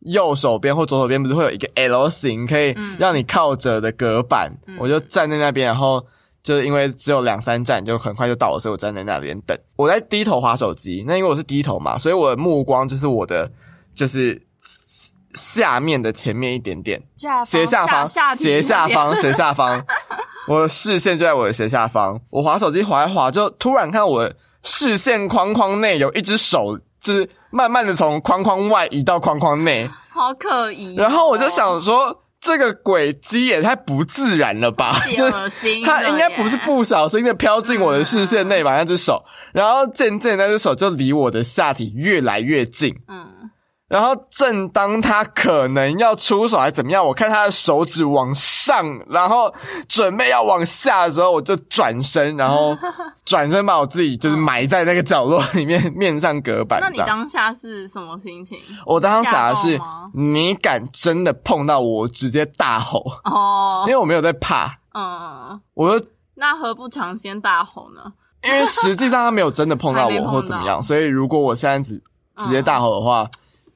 Speaker 1: 右手边或左手边不是会有一个 L 型可以
Speaker 2: 嗯
Speaker 1: 让你靠着的隔板，
Speaker 2: 嗯
Speaker 1: 我就站在那边，然后就是因为只有两三站就很快就到了，所以我站在那边等。我在低头划手机，那因为我是低头嘛，所以我的目光就是我的就是下面的前面一点点，
Speaker 2: 下方
Speaker 1: 斜下方，
Speaker 2: 下
Speaker 1: 斜下，方， [laughs] 斜下方，我的视线就在我的斜下方。我滑手机滑一滑，就突然看到我的视线框框内有一只手，就是慢慢的从框框外移到框框内，
Speaker 2: 好可疑哦。
Speaker 1: 然后我就想说，这个轨迹也太不自然了吧？ [laughs]
Speaker 2: 自己
Speaker 1: 就是
Speaker 2: 恶心哦了耶，
Speaker 1: 他应该不是不小心的飘进我的视线内吧？那只手，然后渐渐那只手就离我的下体越来越近，
Speaker 2: 嗯，
Speaker 1: 然后正当他可能要出手还怎么样，我看他的手指往上，然后准备要往下的时候，我就转身，然
Speaker 2: [laughs]
Speaker 1: 后转身把我自己就是埋在那个角落里面，面上隔板
Speaker 2: 那你
Speaker 1: 这样。
Speaker 2: 当下是什么心情？
Speaker 1: 我当时想的
Speaker 2: 吓
Speaker 1: 是
Speaker 2: 到吗，
Speaker 1: 你敢真的碰到我，我直接大吼，
Speaker 2: 哦
Speaker 1: 因，为我没有在怕，
Speaker 2: 嗯，
Speaker 1: 我就
Speaker 2: 那何不抢先大吼呢？
Speaker 1: 因为实际上他没有真的碰到
Speaker 2: [laughs] 还没
Speaker 1: 我
Speaker 2: 碰
Speaker 1: 或怎么样，所以如果我现在直直接
Speaker 2: 嗯
Speaker 1: 大吼的话，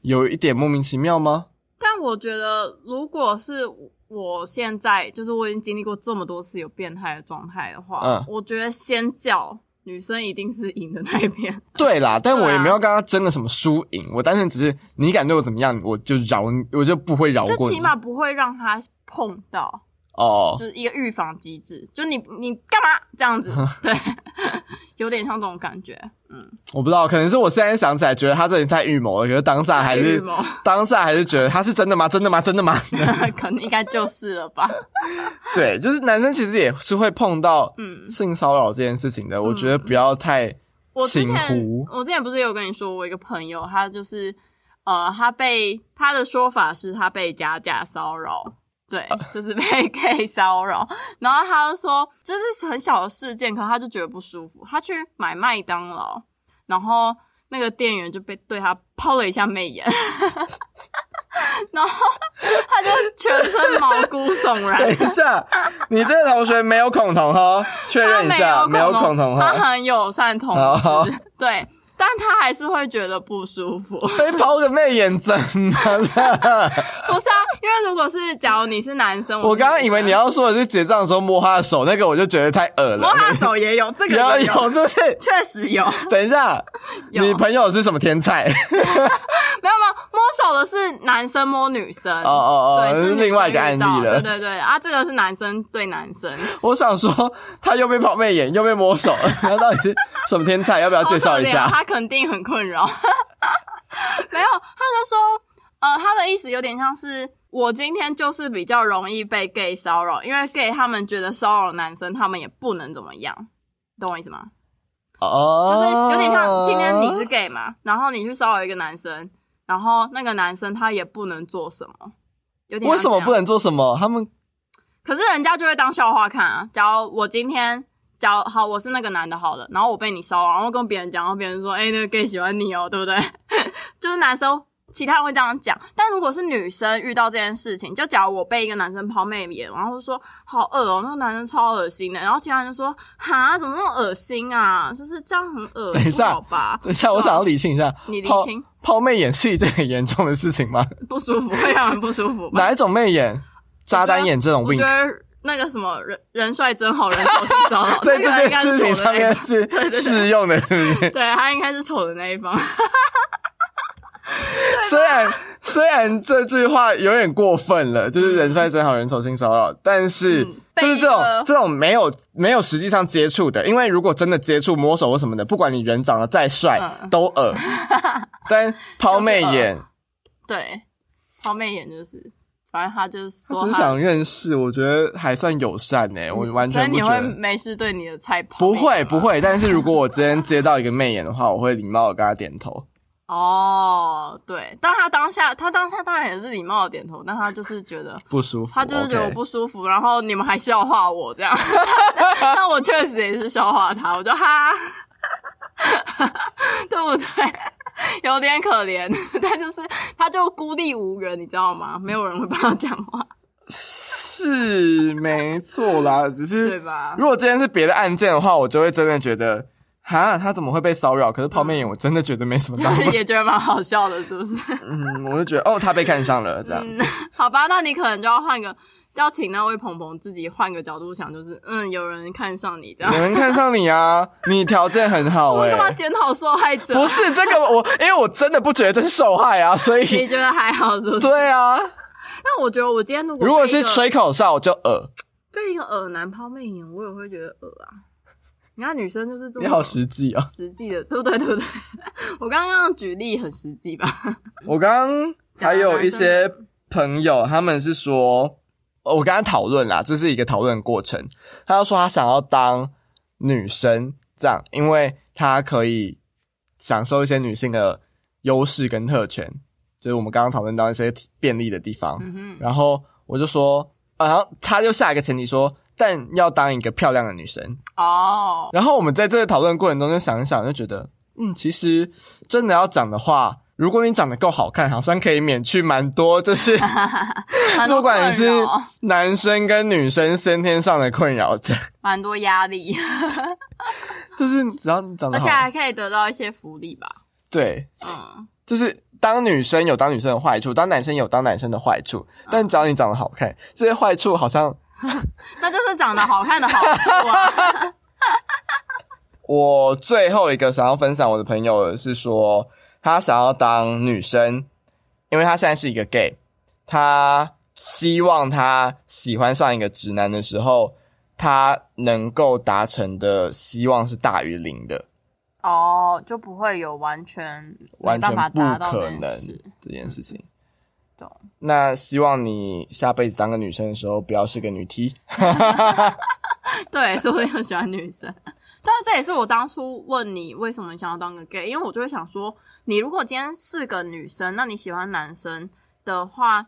Speaker 1: 有一点莫名其妙吗？
Speaker 2: 但我觉得，如果是我现在，就是我已经经历过这么多次有变态的状态的话，
Speaker 1: 嗯
Speaker 2: 我觉得先叫女生一定是赢的那一边。
Speaker 1: [laughs] 对啦，但
Speaker 2: 对啊
Speaker 1: 我也没有跟他争的什么输赢，我单纯只是你敢对我怎么样，我就饶你，我就不会饶
Speaker 2: 就
Speaker 1: 过你
Speaker 2: 起。码不会让他碰到，
Speaker 1: 哦
Speaker 2: 就，是一个预防机制。就你你干嘛这样
Speaker 1: [laughs]
Speaker 2: 子？对，有点像这种感觉。嗯，
Speaker 1: 我不知道，可能是我现在想起来觉得他这里太预谋了，可是当下啊还
Speaker 2: 预
Speaker 1: 是
Speaker 2: 谋 [laughs]
Speaker 1: 当下还是觉得他是真的吗？真的吗？真的吗？ [laughs]
Speaker 2: 可能应该就是了吧。
Speaker 1: 对，就是男生其实也是会碰到
Speaker 2: 嗯
Speaker 1: 性骚扰这件事情的，我觉得不要
Speaker 2: [laughs]
Speaker 1: 太
Speaker 2: 我之
Speaker 1: 情
Speaker 2: 前
Speaker 1: 湖
Speaker 2: 我之前不是有跟你说，我一个朋友，他就是呃，他被他的说法是他被假假骚扰，对，就是被 [laughs] gay 骚扰。然后他就说，就是很小的事件，可能他就觉得不舒服。他去买麦当劳，然后那个店员就被对他抛了一下媚眼， [laughs] 然后他就全身毛骨悚然
Speaker 1: 等。一下，你这个同学没有恐同哈，确认一下，
Speaker 2: 他
Speaker 1: 没
Speaker 2: 啊没
Speaker 1: 有
Speaker 2: 有
Speaker 1: 恐同哦
Speaker 2: 他
Speaker 1: 哈，
Speaker 2: 很友善同
Speaker 1: 好
Speaker 2: 志， [laughs] 对，但他还是会觉得不舒服。 [laughs]
Speaker 1: 被抛个媚眼怎么了？
Speaker 2: 不是啊，因为如果是假如你是男生，
Speaker 1: 我
Speaker 2: 是女生
Speaker 1: 刚刚以为你要说的是结账的时候摸他的手，那个我就觉得太恶
Speaker 2: 摸
Speaker 1: 了。
Speaker 2: 他的手也 [laughs] 有，这个
Speaker 1: 有
Speaker 2: 也有，
Speaker 1: 有，就是
Speaker 2: [laughs] 确实有，
Speaker 1: 等一下，
Speaker 2: 有
Speaker 1: 你朋友是什么天才？
Speaker 2: [laughs] 没有没有摸手的是男生摸女生，
Speaker 1: 哦哦哦
Speaker 2: 对，是
Speaker 1: 是
Speaker 2: 女生
Speaker 1: 另外一个案
Speaker 2: 遇到
Speaker 1: 例了
Speaker 2: 对对对啊，这个是男生对男生，
Speaker 1: 我想说，他又被抛媚眼，又被摸
Speaker 2: [laughs]
Speaker 1: 手，他到底是什么天才？要不要
Speaker 2: 好可
Speaker 1: 介绍一
Speaker 2: 怜哦
Speaker 1: 下？
Speaker 2: 他肯定很困扰。 [laughs] 没有，他就说，呃，他的意思有点像是我今天就是比较容易被 gay 骚扰，因为 gay 他们觉得骚扰男生，他们也不能怎么样，懂我意思吗？
Speaker 1: 哦，
Speaker 2: 就是有点像今天你是 gay 嘛，然后你去骚扰一个男生，然后那个男生他也不能做什么，有点像
Speaker 1: 为什么
Speaker 2: 这样
Speaker 1: 不？能做什么？他们
Speaker 2: 可是人家就会当笑话看啊。假如我今天，假如好我是那个男的好了，然后我被你骚扰，然后跟别人讲，然后别人说，哎、那个 gay 喜欢你哦，对不对？ [laughs] 就是男生。其他人会这样讲，但如果是女生遇到这件事情，就假如我被一个男生抛媚眼，然后就说好恶哦、那个男生超恶心的，然后其他人就说哈，怎么那么恶心啊？就是这样很
Speaker 1: [laughs]
Speaker 2: 恶，
Speaker 1: 等一下
Speaker 2: 不好吧？
Speaker 1: 等一下，我想要理清一下，
Speaker 2: 你理
Speaker 1: 抛
Speaker 2: 清
Speaker 1: 抛媚眼是一件很严重的事
Speaker 2: [laughs]
Speaker 1: 情吗？
Speaker 2: 不舒服，会让人不舒
Speaker 1: [laughs]
Speaker 2: 服吧？
Speaker 1: 哪一种媚眼？
Speaker 2: 我觉
Speaker 1: 炸
Speaker 2: 得
Speaker 1: 弹眼这种
Speaker 2: 我
Speaker 1: 病
Speaker 2: 觉， [laughs] 得那个什么人人帅真好，人丑是
Speaker 1: [laughs]
Speaker 2: 骚扰，
Speaker 1: 在
Speaker 2: 那个人
Speaker 1: 这
Speaker 2: 应该
Speaker 1: 件事
Speaker 2: 是丑
Speaker 1: 情
Speaker 2: 的
Speaker 1: 上
Speaker 2: 那一
Speaker 1: 面
Speaker 2: 方，
Speaker 1: 是
Speaker 2: [laughs] 对对 [laughs]
Speaker 1: 适用的，是不是？
Speaker 2: 对他应该是丑的那一方。
Speaker 1: 虽然虽然这句话有点过分了，就是人帅真好人丑性骚扰，但是
Speaker 2: 嗯
Speaker 1: 就是这种
Speaker 2: 被一个
Speaker 1: 这种没有没有实际上接触的，因为如果真的接触摸手或什么的，不管你人长得再帅
Speaker 2: 嗯
Speaker 1: 都
Speaker 2: [laughs]
Speaker 1: 恶，但抛媚
Speaker 2: 就是恶
Speaker 1: 眼，
Speaker 2: [laughs] 对，抛媚眼就是，反正他就是
Speaker 1: 他
Speaker 2: 说
Speaker 1: 只是想认识，我觉得还算友善呢、我完全
Speaker 2: 嗯所
Speaker 1: 不
Speaker 2: 以你
Speaker 1: 觉
Speaker 2: 会
Speaker 1: 得。
Speaker 2: 没事对你的菜抛
Speaker 1: 不
Speaker 2: 媚
Speaker 1: 会
Speaker 2: 眼吗
Speaker 1: 不会，但是如果我今天接到一个媚眼的话，我会礼貌的跟他点头。
Speaker 2: 哦，对，但他当下他当下当然也是礼貌的点头，但他就是
Speaker 1: [laughs]
Speaker 2: 觉得
Speaker 1: 不舒服，
Speaker 2: 他就是觉得我
Speaker 1: OK
Speaker 2: 不舒服然后你们还笑话我这样， [laughs] 那我确实也是笑话他，我就哈， [laughs] 对不对？有点可怜， [laughs] 但就是他就孤立无援，你知道吗？没有人会帮他讲话，
Speaker 1: 是没错啦，只是
Speaker 2: 对吧？
Speaker 1: 如果今天是别的案件的话，我就会真的觉得，哈，他怎么会被骚扰？可是泡面眼，我真的觉得没
Speaker 2: [laughs]
Speaker 1: 什么
Speaker 2: 就
Speaker 1: 大
Speaker 2: 是
Speaker 1: 问题。
Speaker 2: 也觉得蛮好笑的，是
Speaker 1: [laughs]
Speaker 2: 不是？
Speaker 1: 嗯，我就觉得，哦，他被看上了，这样
Speaker 2: 嗯，好吧， [laughs] 那你可能就要换个，要请那位鹏鹏自己换个角度想，就是嗯，有人看上你这样
Speaker 1: 有，人看上 [laughs] 你啊，你条件很好
Speaker 2: [laughs] 我
Speaker 1: 哎、
Speaker 2: 干嘛啊检讨受害者？
Speaker 1: 不是这个我，因为我真的不觉得这是受害啊，所
Speaker 2: 你
Speaker 1: 以
Speaker 2: 觉得还好是不是？
Speaker 1: 对啊，
Speaker 2: 那我觉得我今天如果
Speaker 1: 如果
Speaker 2: 被一
Speaker 1: 是
Speaker 2: 个
Speaker 1: 吹口哨我就呃恶，
Speaker 2: 被一个耳男抛媚眼，我也会觉得耳啊。你看女生就是这么
Speaker 1: 你好实际哦。
Speaker 2: 实际的，对不对？对不 [laughs] 对？我刚刚举例很实际吧？
Speaker 1: 我刚刚还有一些朋友，他们是说，哦我跟他讨论啦，这是一个讨论过程。他就说他想要当女生，这样，因为他可以享受一些女性的优势跟特权，就是我们刚刚讨论到一些便利的地方。
Speaker 2: 嗯哼，
Speaker 1: 然后我就说，啊然后他就下一个前提说，但要当一个漂亮的女生。 [laughs]
Speaker 2: 哦，
Speaker 1: 然后我们在这个讨论过程中就想一想，就觉得，嗯，其实真的要讲的话，如果你长得够好看，好像可以免去蛮多，就是
Speaker 2: [laughs] 蛮
Speaker 1: 不
Speaker 2: 多
Speaker 1: 管
Speaker 2: 困
Speaker 1: 是
Speaker 2: 扰，
Speaker 1: 男生跟女生先天上的困扰的， [laughs]
Speaker 2: 蛮多压力，
Speaker 1: 就是只要你长
Speaker 2: 而
Speaker 1: 得好
Speaker 2: 且，还可以得到一些福利吧？
Speaker 1: 对，
Speaker 2: 嗯，
Speaker 1: 就是当女生有当女生的坏处，当男生有当男生的坏处，但只要你长得好看，这些坏处好像
Speaker 2: 那就是长得好看的好处啊。
Speaker 1: 我最后一个想要分享我的朋友的是说，他想要当女生，因为他现在是一个 gay，他希望他喜欢上一个直男的时候，他能够达成的希望是大于零的，
Speaker 2: [laughs] 哦，就不会有完全没
Speaker 1: 完全
Speaker 2: 办法
Speaker 1: 不
Speaker 2: 达到
Speaker 1: 可
Speaker 2: 这件
Speaker 1: 能
Speaker 2: 事嗯
Speaker 1: 这件事情。
Speaker 2: 懂
Speaker 1: 那希望你下辈子当个女生的时候，不要是个女 T。
Speaker 2: 对，所以我也很喜欢女生。但是这也是我当初问你为什么想要当个 gay，因为我就会想说，你如果今天是个女生，那你喜欢男生的话，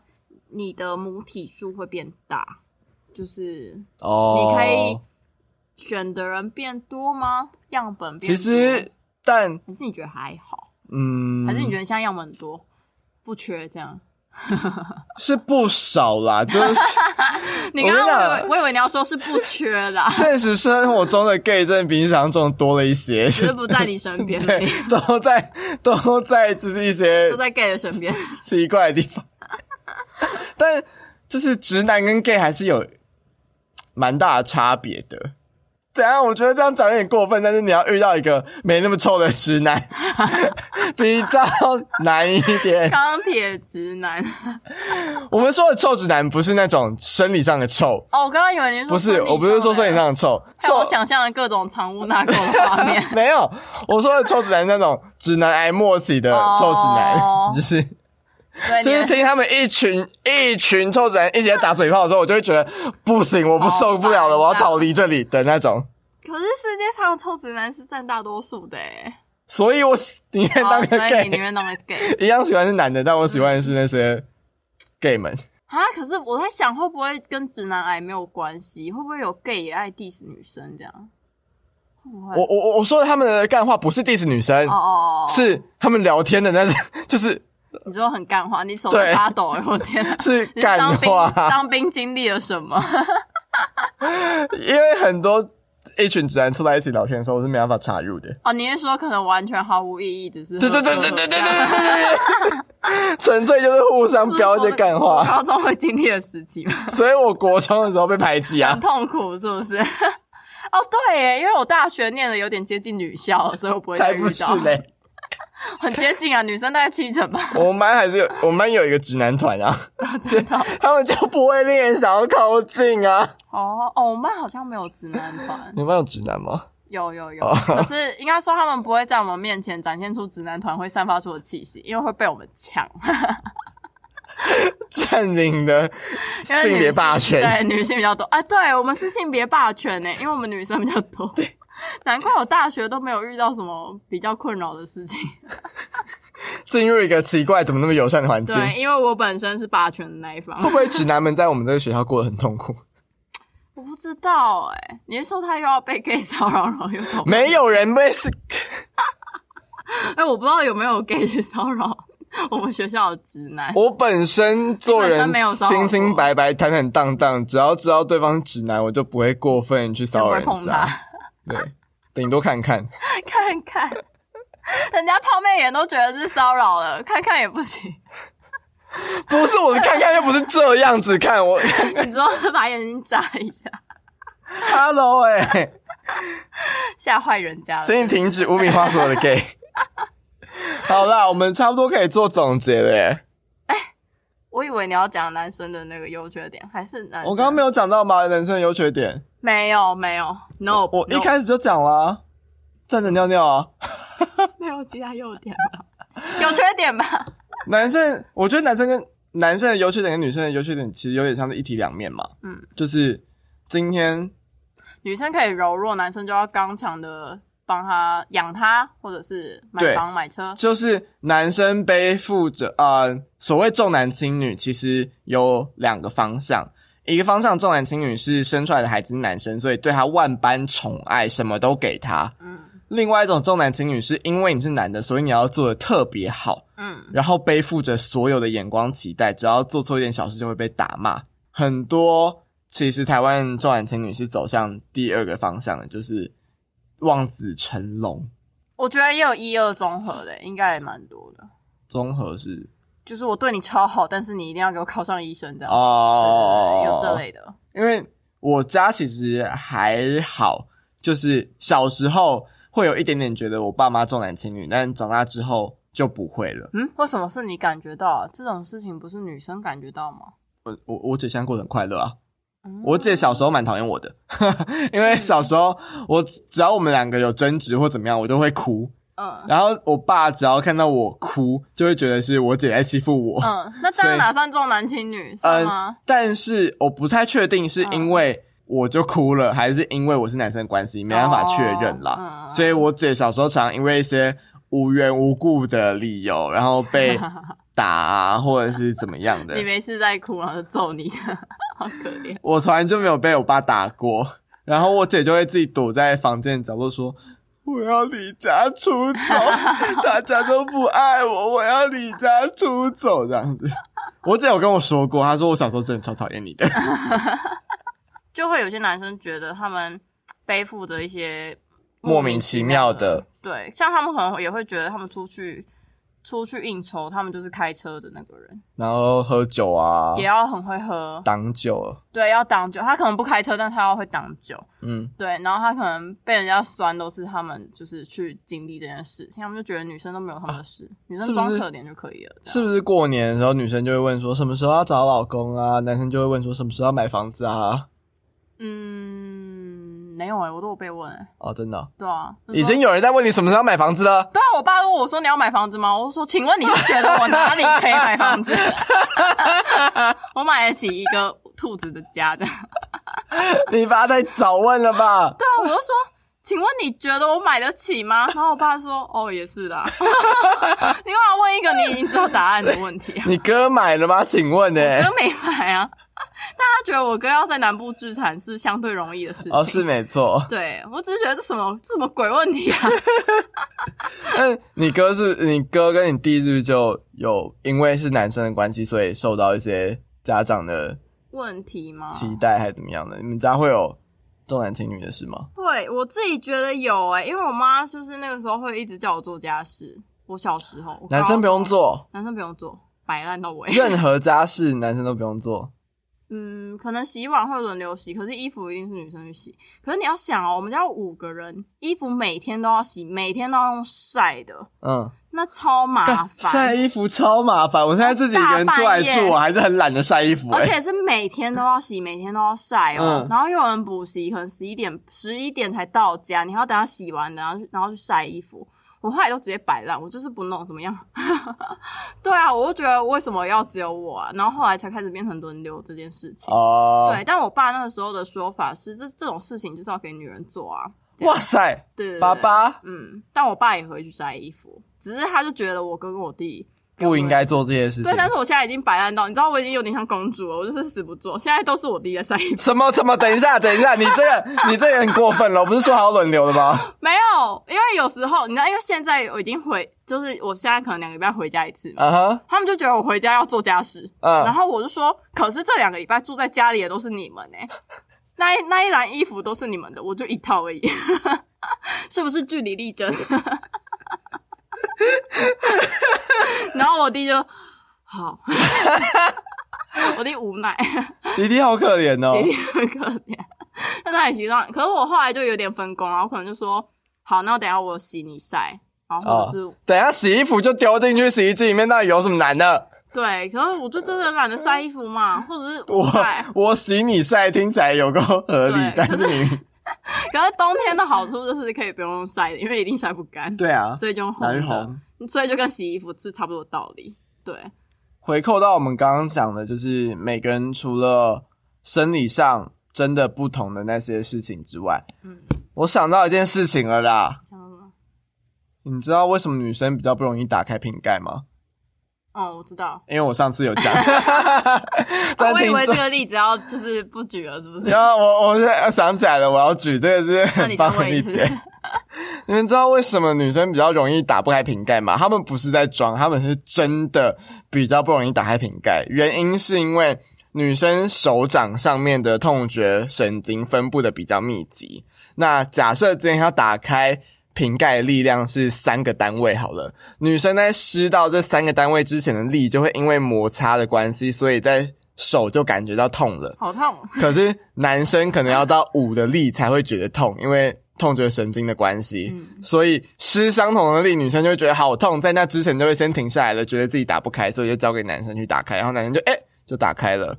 Speaker 2: 你的母体数会变大，就是
Speaker 1: 哦
Speaker 2: 你可以选的人变多吗？样本变
Speaker 1: 哦其
Speaker 2: 多
Speaker 1: 实，但
Speaker 2: 还是你觉得还好，
Speaker 1: 嗯，
Speaker 2: 还是你觉得像样本多不缺这样？
Speaker 1: 是不少啦，就是。
Speaker 2: 你刚刚
Speaker 1: 我跟你讲，
Speaker 2: 我以为我以为你要说是不缺 [laughs] 啊啦
Speaker 1: 现实生活中的 gay 真的比你想象中多了一些，
Speaker 2: 只是不在你身边而已，
Speaker 1: 对，都在都在就是一些
Speaker 2: 都在 gay 的身 [laughs] 边。
Speaker 1: 奇怪的地方。但就是直男跟 gay 还是有蛮大的差别的。等一下，我觉得这样讲有点过分，但是你要遇到一个没那么臭的直
Speaker 2: [laughs]
Speaker 1: 男，比较难一
Speaker 2: [laughs]
Speaker 1: 点。
Speaker 2: 钢铁直男。
Speaker 1: 我们说的臭直男，不是那种生理上的臭，
Speaker 2: [laughs] 哦，我刚刚以为你是说
Speaker 1: 不是，
Speaker 2: 生理
Speaker 1: 我不是说
Speaker 2: 上
Speaker 1: 生
Speaker 2: 的
Speaker 1: 理上的臭，
Speaker 2: 害我
Speaker 1: 臭。
Speaker 2: 想象了各种藏污纳垢的画面
Speaker 1: [laughs] 没有，我说的臭直男那种直男癌末期的臭直男， [laughs]
Speaker 2: 哦
Speaker 1: 就是
Speaker 2: 所以
Speaker 1: 就
Speaker 2: 哎你
Speaker 1: 是
Speaker 2: 们
Speaker 1: 听他们一群一群臭直男一起在打嘴炮的时候，我就会觉得不行，我不受不了了，
Speaker 2: 好
Speaker 1: 我
Speaker 2: 烦啊
Speaker 1: 要逃离这里的那种。
Speaker 2: 可是世界上的臭直男是占大多数的
Speaker 1: [laughs]
Speaker 2: 哎、
Speaker 1: 所以我宁愿当
Speaker 2: 哦，
Speaker 1: 个
Speaker 2: 所以你宁
Speaker 1: gay，
Speaker 2: 愿当个 gay
Speaker 1: 一样喜欢是男的，但我喜欢的是那些 gay 们。
Speaker 2: 啊？可是我在想，会不会跟直男癌没有关系？会不会有 gay 也爱 diss 女生这样？会不会？
Speaker 1: 我我我我说的他们的干话不是 diss 女生
Speaker 2: 哦，哦哦，
Speaker 1: 是他们聊天的那种， [laughs] 就是
Speaker 2: 你说很干话，你手
Speaker 1: 对
Speaker 2: 在发抖哎、我天、啊！
Speaker 1: 是
Speaker 2: 你
Speaker 1: 干
Speaker 2: 当兵
Speaker 1: 话，
Speaker 2: 当兵经历了什么？
Speaker 1: 因为很多一群直男凑在一起聊天的时候，我是没办法插入的。
Speaker 2: 哦，你是说可能完全毫无意义，只是
Speaker 1: 对对对
Speaker 2: 喝
Speaker 1: 对对对对
Speaker 2: 喝这样 [laughs]
Speaker 1: 对对 [laughs] 对，纯粹就是互相飙一些干
Speaker 2: 我 [laughs]
Speaker 1: 话，
Speaker 2: 高中会经历的时期嘛，
Speaker 1: 所以我国中的时候被排挤啊
Speaker 2: 很。痛苦，是不是？哦，对耶，因为我大学念的有点接近女校，所以我不会再
Speaker 1: 才
Speaker 2: 遇
Speaker 1: 不是
Speaker 2: 到。
Speaker 1: 嘞！
Speaker 2: 很接近啊，女生大概七成吧。
Speaker 1: 我们班还是有，我们班有一个直男团啊， [laughs]
Speaker 2: 真的
Speaker 1: 他们就不会令人想要靠近啊。
Speaker 2: 哦哦，我们班好像没有直男团，
Speaker 1: 你们班有直男吗？
Speaker 2: 有有
Speaker 1: 哦
Speaker 2: 有，可是应该说他们不会在我们面前展现出直男团会散发出的气息，因为会被我们抢。
Speaker 1: 占领的
Speaker 2: 因为
Speaker 1: 性别霸
Speaker 2: 女
Speaker 1: 权，
Speaker 2: 性对女性比较多啊。对我们是性别霸权呢、欸因为我们女生比较多。对， [laughs] 难怪我大学都没有遇到什么比较困扰的事情。
Speaker 1: 进入一个奇怪怎么那么友善的环境，
Speaker 2: 对，
Speaker 1: 会
Speaker 2: 因为我本身是霸权的那一方， [laughs]
Speaker 1: 不会直男们在我们这个学校过得很痛苦？
Speaker 2: 我不知道哎、你是说他又要被 gay 骚扰，然后又投？
Speaker 1: 没有人被是
Speaker 2: 哎、我不知道有没有 gay 去骚扰我们学校的直
Speaker 1: [laughs]
Speaker 2: 男。
Speaker 1: 我本身做
Speaker 2: 你本
Speaker 1: 人
Speaker 2: 身没有骚扰
Speaker 1: 清
Speaker 2: 过
Speaker 1: 清白白、坦坦荡荡，只要知道对方是直男，我就不会过分去
Speaker 2: 就
Speaker 1: 骚
Speaker 2: 不
Speaker 1: 扰
Speaker 2: 会
Speaker 1: 人
Speaker 2: 碰他
Speaker 1: 家。，对，顶多看看。
Speaker 2: [laughs] 看看，人家泡妹眼都觉得是骚扰了，看看也不行。
Speaker 1: [laughs]
Speaker 2: [laughs]
Speaker 1: 不是我的看看，又不是这样子看我。
Speaker 2: 你说把眼睛眨一下，
Speaker 1: Hello，哎、 [laughs]
Speaker 2: 吓坏人家了。
Speaker 1: 请你停止无名化所有的 [laughs] gay。好啦，我们差不多可以做总结了耶。
Speaker 2: 我以为你要讲男生的那个优缺点，还是男生？
Speaker 1: 我刚刚没有讲到吗？人生的优缺点，
Speaker 2: 没有没有，no，
Speaker 1: 我一
Speaker 2: no，
Speaker 1: 开始就讲啦、站着尿尿啊。
Speaker 2: 没有其他优点吧，有缺点吧？
Speaker 1: 男生，我觉得男生跟男生的优缺点跟女生的优缺点其实有点像是一体两面嘛。
Speaker 2: 嗯，
Speaker 1: 就是今天
Speaker 2: 女生可以柔弱，男生就要刚强的帮他养他，或者是买
Speaker 1: 对
Speaker 2: 房买车。
Speaker 1: 就是男生背负着啊、呃所谓重男轻女，其实有两个方向。一个方向重男轻女是生出来的孩子是男生，所以对他万般宠爱，什么都给他；
Speaker 2: 嗯
Speaker 1: 另外一种重男轻女是因为你是男的，所以你要做的特别好，
Speaker 2: 嗯，
Speaker 1: 然后背负着所有的眼光期待，只要做错一点小事就会被打骂。很多其实台湾重男轻女是走向第二个方向的，就是望子成龙。
Speaker 2: 我觉得也有一二综合的，应该也蛮多的。
Speaker 1: 综合是
Speaker 2: 就是我对你超好，但是你一定要给我考上医生这样。
Speaker 1: 哦，
Speaker 2: 对对对有这类的。
Speaker 1: 因为我家其实还好，就是小时候会有一点点觉得我爸妈重男轻女，但长大之后就不会了。
Speaker 2: 嗯，为什么是你感觉到、啊、这种事情？不是女生感觉到吗？
Speaker 1: 我我我姐现在过得很快乐啊，
Speaker 2: 嗯
Speaker 1: 我姐小时候蛮讨厌我的， [laughs] 因为小时候我只要我们两个有争执或怎么样，我都会哭，
Speaker 2: 嗯
Speaker 1: 然后我爸只要看到我哭，就会觉得是我姐在欺负我。
Speaker 2: 嗯， [laughs] 那这
Speaker 1: 所以
Speaker 2: 样哪算重男轻女是
Speaker 1: 嗯
Speaker 2: 吗？哦
Speaker 1: 但是我不太确定是
Speaker 2: 嗯
Speaker 1: 因为我就哭了，还是因为我是男生的关系，没办法确认啦。
Speaker 2: 哦嗯
Speaker 1: 所以我姐小时候常因为一些无缘无故的理由，然后
Speaker 2: [laughs]
Speaker 1: 被打、啊、或者是怎么样的
Speaker 2: 你。没事在哭，然后就揍你， [laughs] 好可怜。
Speaker 1: 我从来就没有被我爸打过，然后我姐就会自己躲在房间的角落说。我要离家出
Speaker 2: [laughs]
Speaker 1: 走，大家都不爱我，我要离家出走这样子。我姐有跟我说过，她说我小时候真的超讨厌你的。
Speaker 2: 嗯就会有些男生觉得他们背负着一些
Speaker 1: 莫名其妙的，
Speaker 2: 对，像他们可能也会觉得他们出去出去应酬，他们就是开车的那个人，
Speaker 1: 然后喝酒啊，
Speaker 2: 也要很会喝，
Speaker 1: 挡酒，啊
Speaker 2: 对，要挡酒。他可能不开车，但他要会挡酒，
Speaker 1: 嗯，
Speaker 2: 对。然后他可能被人家酸，都是他们就是去经历这件事情，他们就觉得女生都没有他们的事，女
Speaker 1: 是
Speaker 2: 生
Speaker 1: 不啊是
Speaker 2: 装可怜就可以了，这样
Speaker 1: 是不是过年的时候女生就会问说什么时候要找老公啊，男生就会问说什么时候要买房子啊？
Speaker 2: 嗯，没有哎、我都有被问、欸，
Speaker 1: 哦，真的哦、
Speaker 2: 对啊，就是
Speaker 1: 已
Speaker 2: 说
Speaker 1: 经有人在问你什么时候要买房子了。
Speaker 2: 对啊，我爸问我说你要买房子吗？我说，请问你是觉得我哪里可以买房
Speaker 1: [laughs]
Speaker 2: 子？我买得起一个兔子的家的。对
Speaker 1: [laughs] 你爸太早问了吧？
Speaker 2: 啊，我就说，请问你觉得我买得起吗？然后我爸说，哦，也是啦。 [laughs] 你干嘛问一个你已经知道答案的问题啊？
Speaker 1: 你哥买了吗？请问呢、
Speaker 2: 我哥没买啊，但他觉得我哥要在南部置产是相对容易的事情。
Speaker 1: 哦，是没错。
Speaker 2: 对，我只是觉得这什么这什么鬼问题啊？ [laughs]
Speaker 1: 那你哥是你哥跟你弟是不是就有因为是男生的关系，所以受到一些家长的
Speaker 2: 问题吗？
Speaker 1: 期待还是怎么
Speaker 2: 啊
Speaker 1: 样的？你们家会有重男轻女的事吗？
Speaker 2: 对我自己觉得有哎、因为我妈就是那个时候会一直叫我做家事。我小时候，我高
Speaker 1: 男生不用
Speaker 2: 中，
Speaker 1: 做，
Speaker 2: 男生不用做，摆烂到尾。
Speaker 1: 任何家事男生都不用做。
Speaker 2: 嗯，可能洗碗会轮流洗，可是衣服一定是女生去洗。可是你要想哦，我们家有五个人，衣服每天都要洗，每天都要用晒的，
Speaker 1: 嗯，
Speaker 2: 那超麻
Speaker 1: 干
Speaker 2: 烦。哦
Speaker 1: 晒衣服超麻烦，我现在自己一个人
Speaker 2: 大
Speaker 1: 出来
Speaker 2: 半夜
Speaker 1: 住，我还是很懒得晒衣服、
Speaker 2: 而
Speaker 1: 欸。
Speaker 2: 且是每天都要洗，每天都要晒哦。
Speaker 1: 嗯
Speaker 2: 然后又有人补习，可能十一点十一点才到家，你还要等他洗完，然后去然后去晒衣服。我后来都直接摆烂，我就是不弄，怎么样？ [laughs] 对啊，我就觉得为什么要只有我啊？然后后来才开始变成轮流这件事情。
Speaker 1: 哦，
Speaker 2: 对，但我爸那个时候的说法是，这这种事情就是要给女人做啊。对
Speaker 1: 哇塞，
Speaker 2: 对对对，
Speaker 1: 爸爸
Speaker 2: 嗯，但我爸也会去晒衣服，只是他就觉得我哥跟我弟
Speaker 1: 不应该做这些事情
Speaker 2: 对，。但是我现在已经摆烂到，你知道我已经有点像公主了，我就是死不做。现在都是我弟在晒衣服，
Speaker 1: 什么什么？等一下，等一下，你这个 [laughs] 你这个很过分了，不是说好轮流的吗？
Speaker 2: 没有，因为有时候你知道，因为现在我已经回，就是我现在可能两个礼拜回家一次嘛，
Speaker 1: 啊哈，
Speaker 2: 他们就觉得我回家要做家事，然
Speaker 1: 嗯，
Speaker 2: 后我就说，可是这两个礼拜住在家里的都是你们呢、欸那一那一篮衣服都是你们的，我就一套而已， [laughs] 是不是据理力争？然后我弟就好， [laughs] 我弟无奈。
Speaker 1: 弟弟好可怜哦
Speaker 2: 弟。弟很可怜，但他很习惯。可是我后来就有点分工，然后可能就说，好，那我等一下我洗你晒，然后或者是、
Speaker 1: 等一下洗衣服就丢进去洗衣机里面，到底有什么难的？
Speaker 2: 对，可是我就真的懒得晒衣服嘛，或者是
Speaker 1: 我
Speaker 2: 晒。
Speaker 1: 我洗你晒听起来有够合理
Speaker 2: 对，
Speaker 1: 但是
Speaker 2: [laughs]
Speaker 1: 你
Speaker 2: 可是冬天的好处就是可以不用晒的，因为一定晒不干，
Speaker 1: 对啊，
Speaker 2: 所以就用
Speaker 1: 哪去
Speaker 2: 烘
Speaker 1: 红
Speaker 2: 的，？所以就跟洗衣服是差不多的道理。对，
Speaker 1: 回扣到我们刚刚讲的，就是每个人除了生理上真的不同的那些事情之外，
Speaker 2: 嗯，
Speaker 1: 我想到一件事情了啦。
Speaker 2: 想到什么？
Speaker 1: 你知道为什么女生比较不容易打开瓶盖吗？
Speaker 2: 哦，我知道。啊
Speaker 1: 因为我上次有
Speaker 2: [laughs]
Speaker 1: 讲， [laughs] 但
Speaker 2: 哦我以
Speaker 1: 听
Speaker 2: 为这
Speaker 1: 众，
Speaker 2: 个例子要就是不举了，是不是
Speaker 1: [laughs] 然？后我我是想起来了，我要举这个是
Speaker 2: 那
Speaker 1: 很
Speaker 2: 你
Speaker 1: 棒
Speaker 2: 再
Speaker 1: 的
Speaker 2: 问一
Speaker 1: 例
Speaker 2: 次 [laughs]
Speaker 1: 子。。 [laughs] 你们知道为什么女生比较容易打不开瓶盖吗？她们不是在装，她们是真的比较不容易打开瓶盖。原因是因为女生手掌上面的痛觉神经分布的比较密集。那假设今天要打开瓶盖的力量是三个单位好了，女生在施到这三个单位之前的力，就会因为摩擦的关系，所以在手就感觉到痛了。
Speaker 2: 好痛，哦
Speaker 1: 可是男生可能要到五的力才会觉得痛，因为痛觉神经的关系，
Speaker 2: 嗯
Speaker 1: 所以施相同的力，女生就会觉得好痛，在那之前就会先停下来了，觉得自己打不开，所以就交给男生去打开，然后男生就哎、就打开了，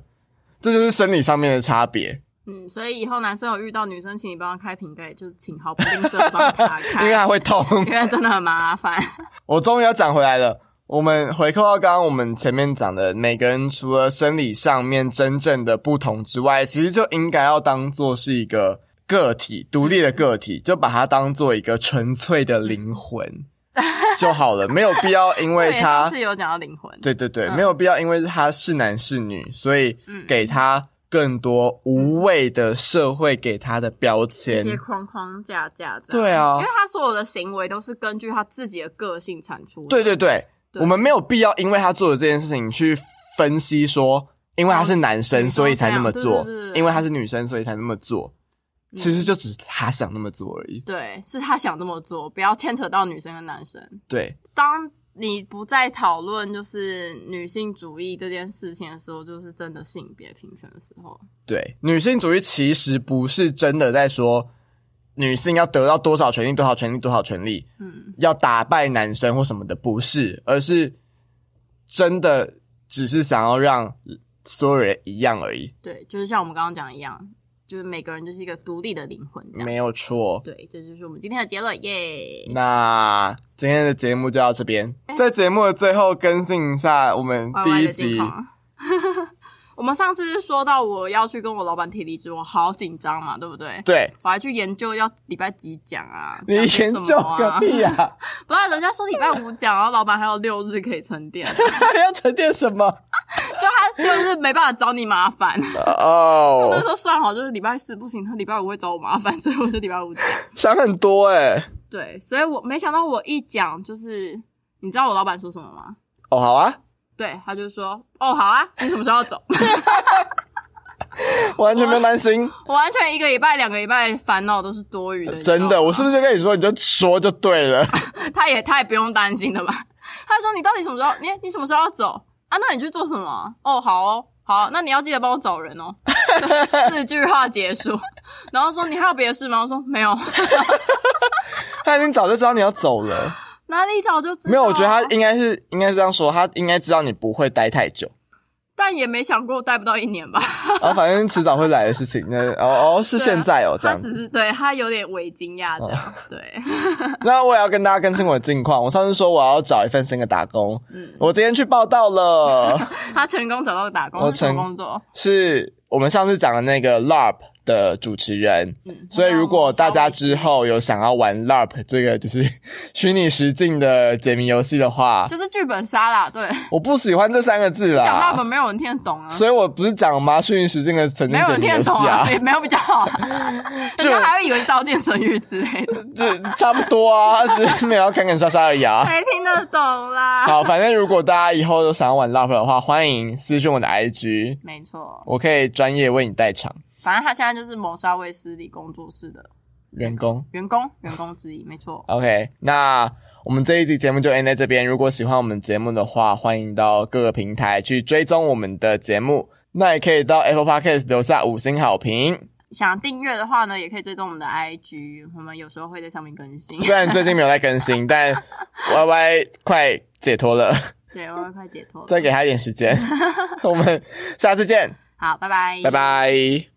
Speaker 1: 这就是生理上面的差别，
Speaker 2: 嗯，所以以后男生有遇到女生，请你帮他开瓶盖，就请毫不吝啬帮他
Speaker 1: 因为
Speaker 2: 开，
Speaker 1: 它会痛。
Speaker 2: 因为真的很麻烦。
Speaker 1: 我终于要讲回来了。我们回扣到刚刚我们前面讲的，每个人除了生理上面真正的不同之外，其实就应该要当做是一个个体，独立的个体，就把它当做一个纯粹的灵
Speaker 2: [laughs]
Speaker 1: 魂就好了，没有必要因为
Speaker 2: 对
Speaker 1: 他
Speaker 2: 上次有讲到灵魂，
Speaker 1: 对对对，
Speaker 2: 嗯
Speaker 1: 没有必要因为他是男是女，所以
Speaker 2: 嗯
Speaker 1: 给他更多无谓的社会给他的标
Speaker 2: 一
Speaker 1: 签。
Speaker 2: 些框框架架这样
Speaker 1: 对啊
Speaker 2: 因为他所有的行为都是根据他自己的个性产出的。
Speaker 1: 对对对，
Speaker 2: 对
Speaker 1: 我们没有必要因为他做的这件事情去分析说，因为他是男
Speaker 2: 哦
Speaker 1: 生
Speaker 2: 女生
Speaker 1: 所以才那么做，
Speaker 2: 这样对对对对
Speaker 1: 因为他是女生所以才那么做，
Speaker 2: 嗯
Speaker 1: 其实就只是他想那么做而已。
Speaker 2: 对，是他想这么做，不要牵扯到女生跟男生。
Speaker 1: 对，
Speaker 2: 当你不再讨论就是女性主义这件事情的时候，就是真的性别平权的时候。
Speaker 1: 对，女性主义其实不是真的在说女性要得到多少权利、多少权利、多少权利，
Speaker 2: 嗯，
Speaker 1: 要打败男生或什么的，不是，而是真的只是想要让所有人一样而已，
Speaker 2: 对，就是像我们刚刚讲的一样，就是每个人就是一个独立的灵魂这样。
Speaker 1: 没有错。
Speaker 2: 对，这就是我们今天的结论耶。
Speaker 1: 嗯那今天的节目就到这边，在节目的最后更新一下我们
Speaker 2: 歪
Speaker 1: 第
Speaker 2: 歪
Speaker 1: 一
Speaker 2: 哎的近
Speaker 1: 集，
Speaker 2: 况。 [laughs] 我们上次说到我要去跟我老板提离职，我好紧张嘛，对不对？
Speaker 1: 对
Speaker 2: 我还去研究要礼拜几讲啊？
Speaker 1: 你
Speaker 2: 讲些
Speaker 1: 研
Speaker 2: 什
Speaker 1: 究
Speaker 2: 么
Speaker 1: 个
Speaker 2: 啊！
Speaker 1: 屁啊！ [laughs]
Speaker 2: 不然人家说礼拜五讲，然后老板还有六日可以沉淀， [laughs] 就
Speaker 1: 要沉淀什么？
Speaker 2: 他六日没办法找你麻烦。 [laughs] 那时
Speaker 1: 哦，
Speaker 2: 候算好就是礼拜四不行，他礼拜五会找我麻烦，所以我就礼拜五讲。
Speaker 1: 想很多哎、
Speaker 2: 对，所以我没想到我一讲就是，你知道我老板说什么吗？
Speaker 1: 哦，好啊，
Speaker 2: 对，他就说：“哦，好啊，你什么时候要走？”
Speaker 1: 完全不用担心，
Speaker 2: 我完全一个礼拜、两个礼拜烦恼都是多余的，
Speaker 1: 真的，我是不
Speaker 2: 是？
Speaker 1: 是就跟你说，你就说就对了。 [laughs]
Speaker 2: 他也他也不用 [laughs] 担心的吧？他说：“你到底什么时候？你你什么时候要走啊？那你去做什么？哦，好哦，好，那你要记得帮我找人哦。 [laughs] 四句话结束，然后说你还有别的事吗？我说没有，
Speaker 1: 他已经早就知道你要走了，
Speaker 2: 哪里早就知道。啊
Speaker 1: 没有，我觉得他，应该是应该是这样说，他应该知道你不会待太久，
Speaker 2: 但也没想过待不到一年吧。
Speaker 1: 然后反正迟早会来的事情。那哦哦，是
Speaker 2: 啊
Speaker 1: 现在哦，这
Speaker 2: 他
Speaker 1: 样子。哦
Speaker 2: 只是对他有点微惊讶这样，对， [laughs]
Speaker 1: 那我也要跟大家更新我的近况。我上次说我要找一份新的打工，
Speaker 2: 嗯，
Speaker 1: 我今天去报道了， [laughs]
Speaker 2: 他成功找到打工
Speaker 1: 我
Speaker 2: 是什么
Speaker 1: 成
Speaker 2: 工作？
Speaker 1: 是我们上次讲的那个 LARP 的主持人。
Speaker 2: 嗯，
Speaker 1: 所以如果大家之后有想要玩 LARP 这个就是虚拟实境的解谜游戏的话，
Speaker 2: 就是剧本杀啦，对，
Speaker 1: 我不喜欢这三个字
Speaker 2: 讲那本
Speaker 1: 啦。
Speaker 2: 没有人听得懂啊，
Speaker 1: 所以我不是讲吗？虚拟实境的曾
Speaker 2: 没
Speaker 1: 经
Speaker 2: 有
Speaker 1: 解
Speaker 2: 人
Speaker 1: 谜
Speaker 2: 听
Speaker 1: 游
Speaker 2: 得
Speaker 1: 戏
Speaker 2: 懂
Speaker 1: 啊
Speaker 2: 啊，， [laughs] 没没有比较好，人家还会以为是刀剑神域之类 [laughs] 的，
Speaker 1: [laughs] 这差不多啊，只是没有要砍砍杀杀而已啊。
Speaker 2: [laughs] 谁听得懂啦？
Speaker 1: 好，反正如果大家以后都想要玩 LARP 的话，欢迎私讯我的 IG，
Speaker 2: 没错，
Speaker 1: 我可以专业为你代场。
Speaker 2: 反正他现在就是谋杀卫斯理工作室的
Speaker 1: 员工。
Speaker 2: 员工，员工之一，没错。
Speaker 1: OK，那我们这一集节目就 end 在这边。如果喜欢我们节目的话，欢迎到各个平台去追踪我们的节目。那也可以到 Apple Podcast 留下五星好评。
Speaker 2: 想订阅的话呢，也可以追踪我们的 IG，我们有时候会在上面更新。
Speaker 1: 虽然最近没有在更新，但 Y Y 快解脱了，
Speaker 2: 对，我要快解脱了。
Speaker 1: 再给他一点时间。我们下次见，
Speaker 2: 好，拜拜，
Speaker 1: 拜。拜。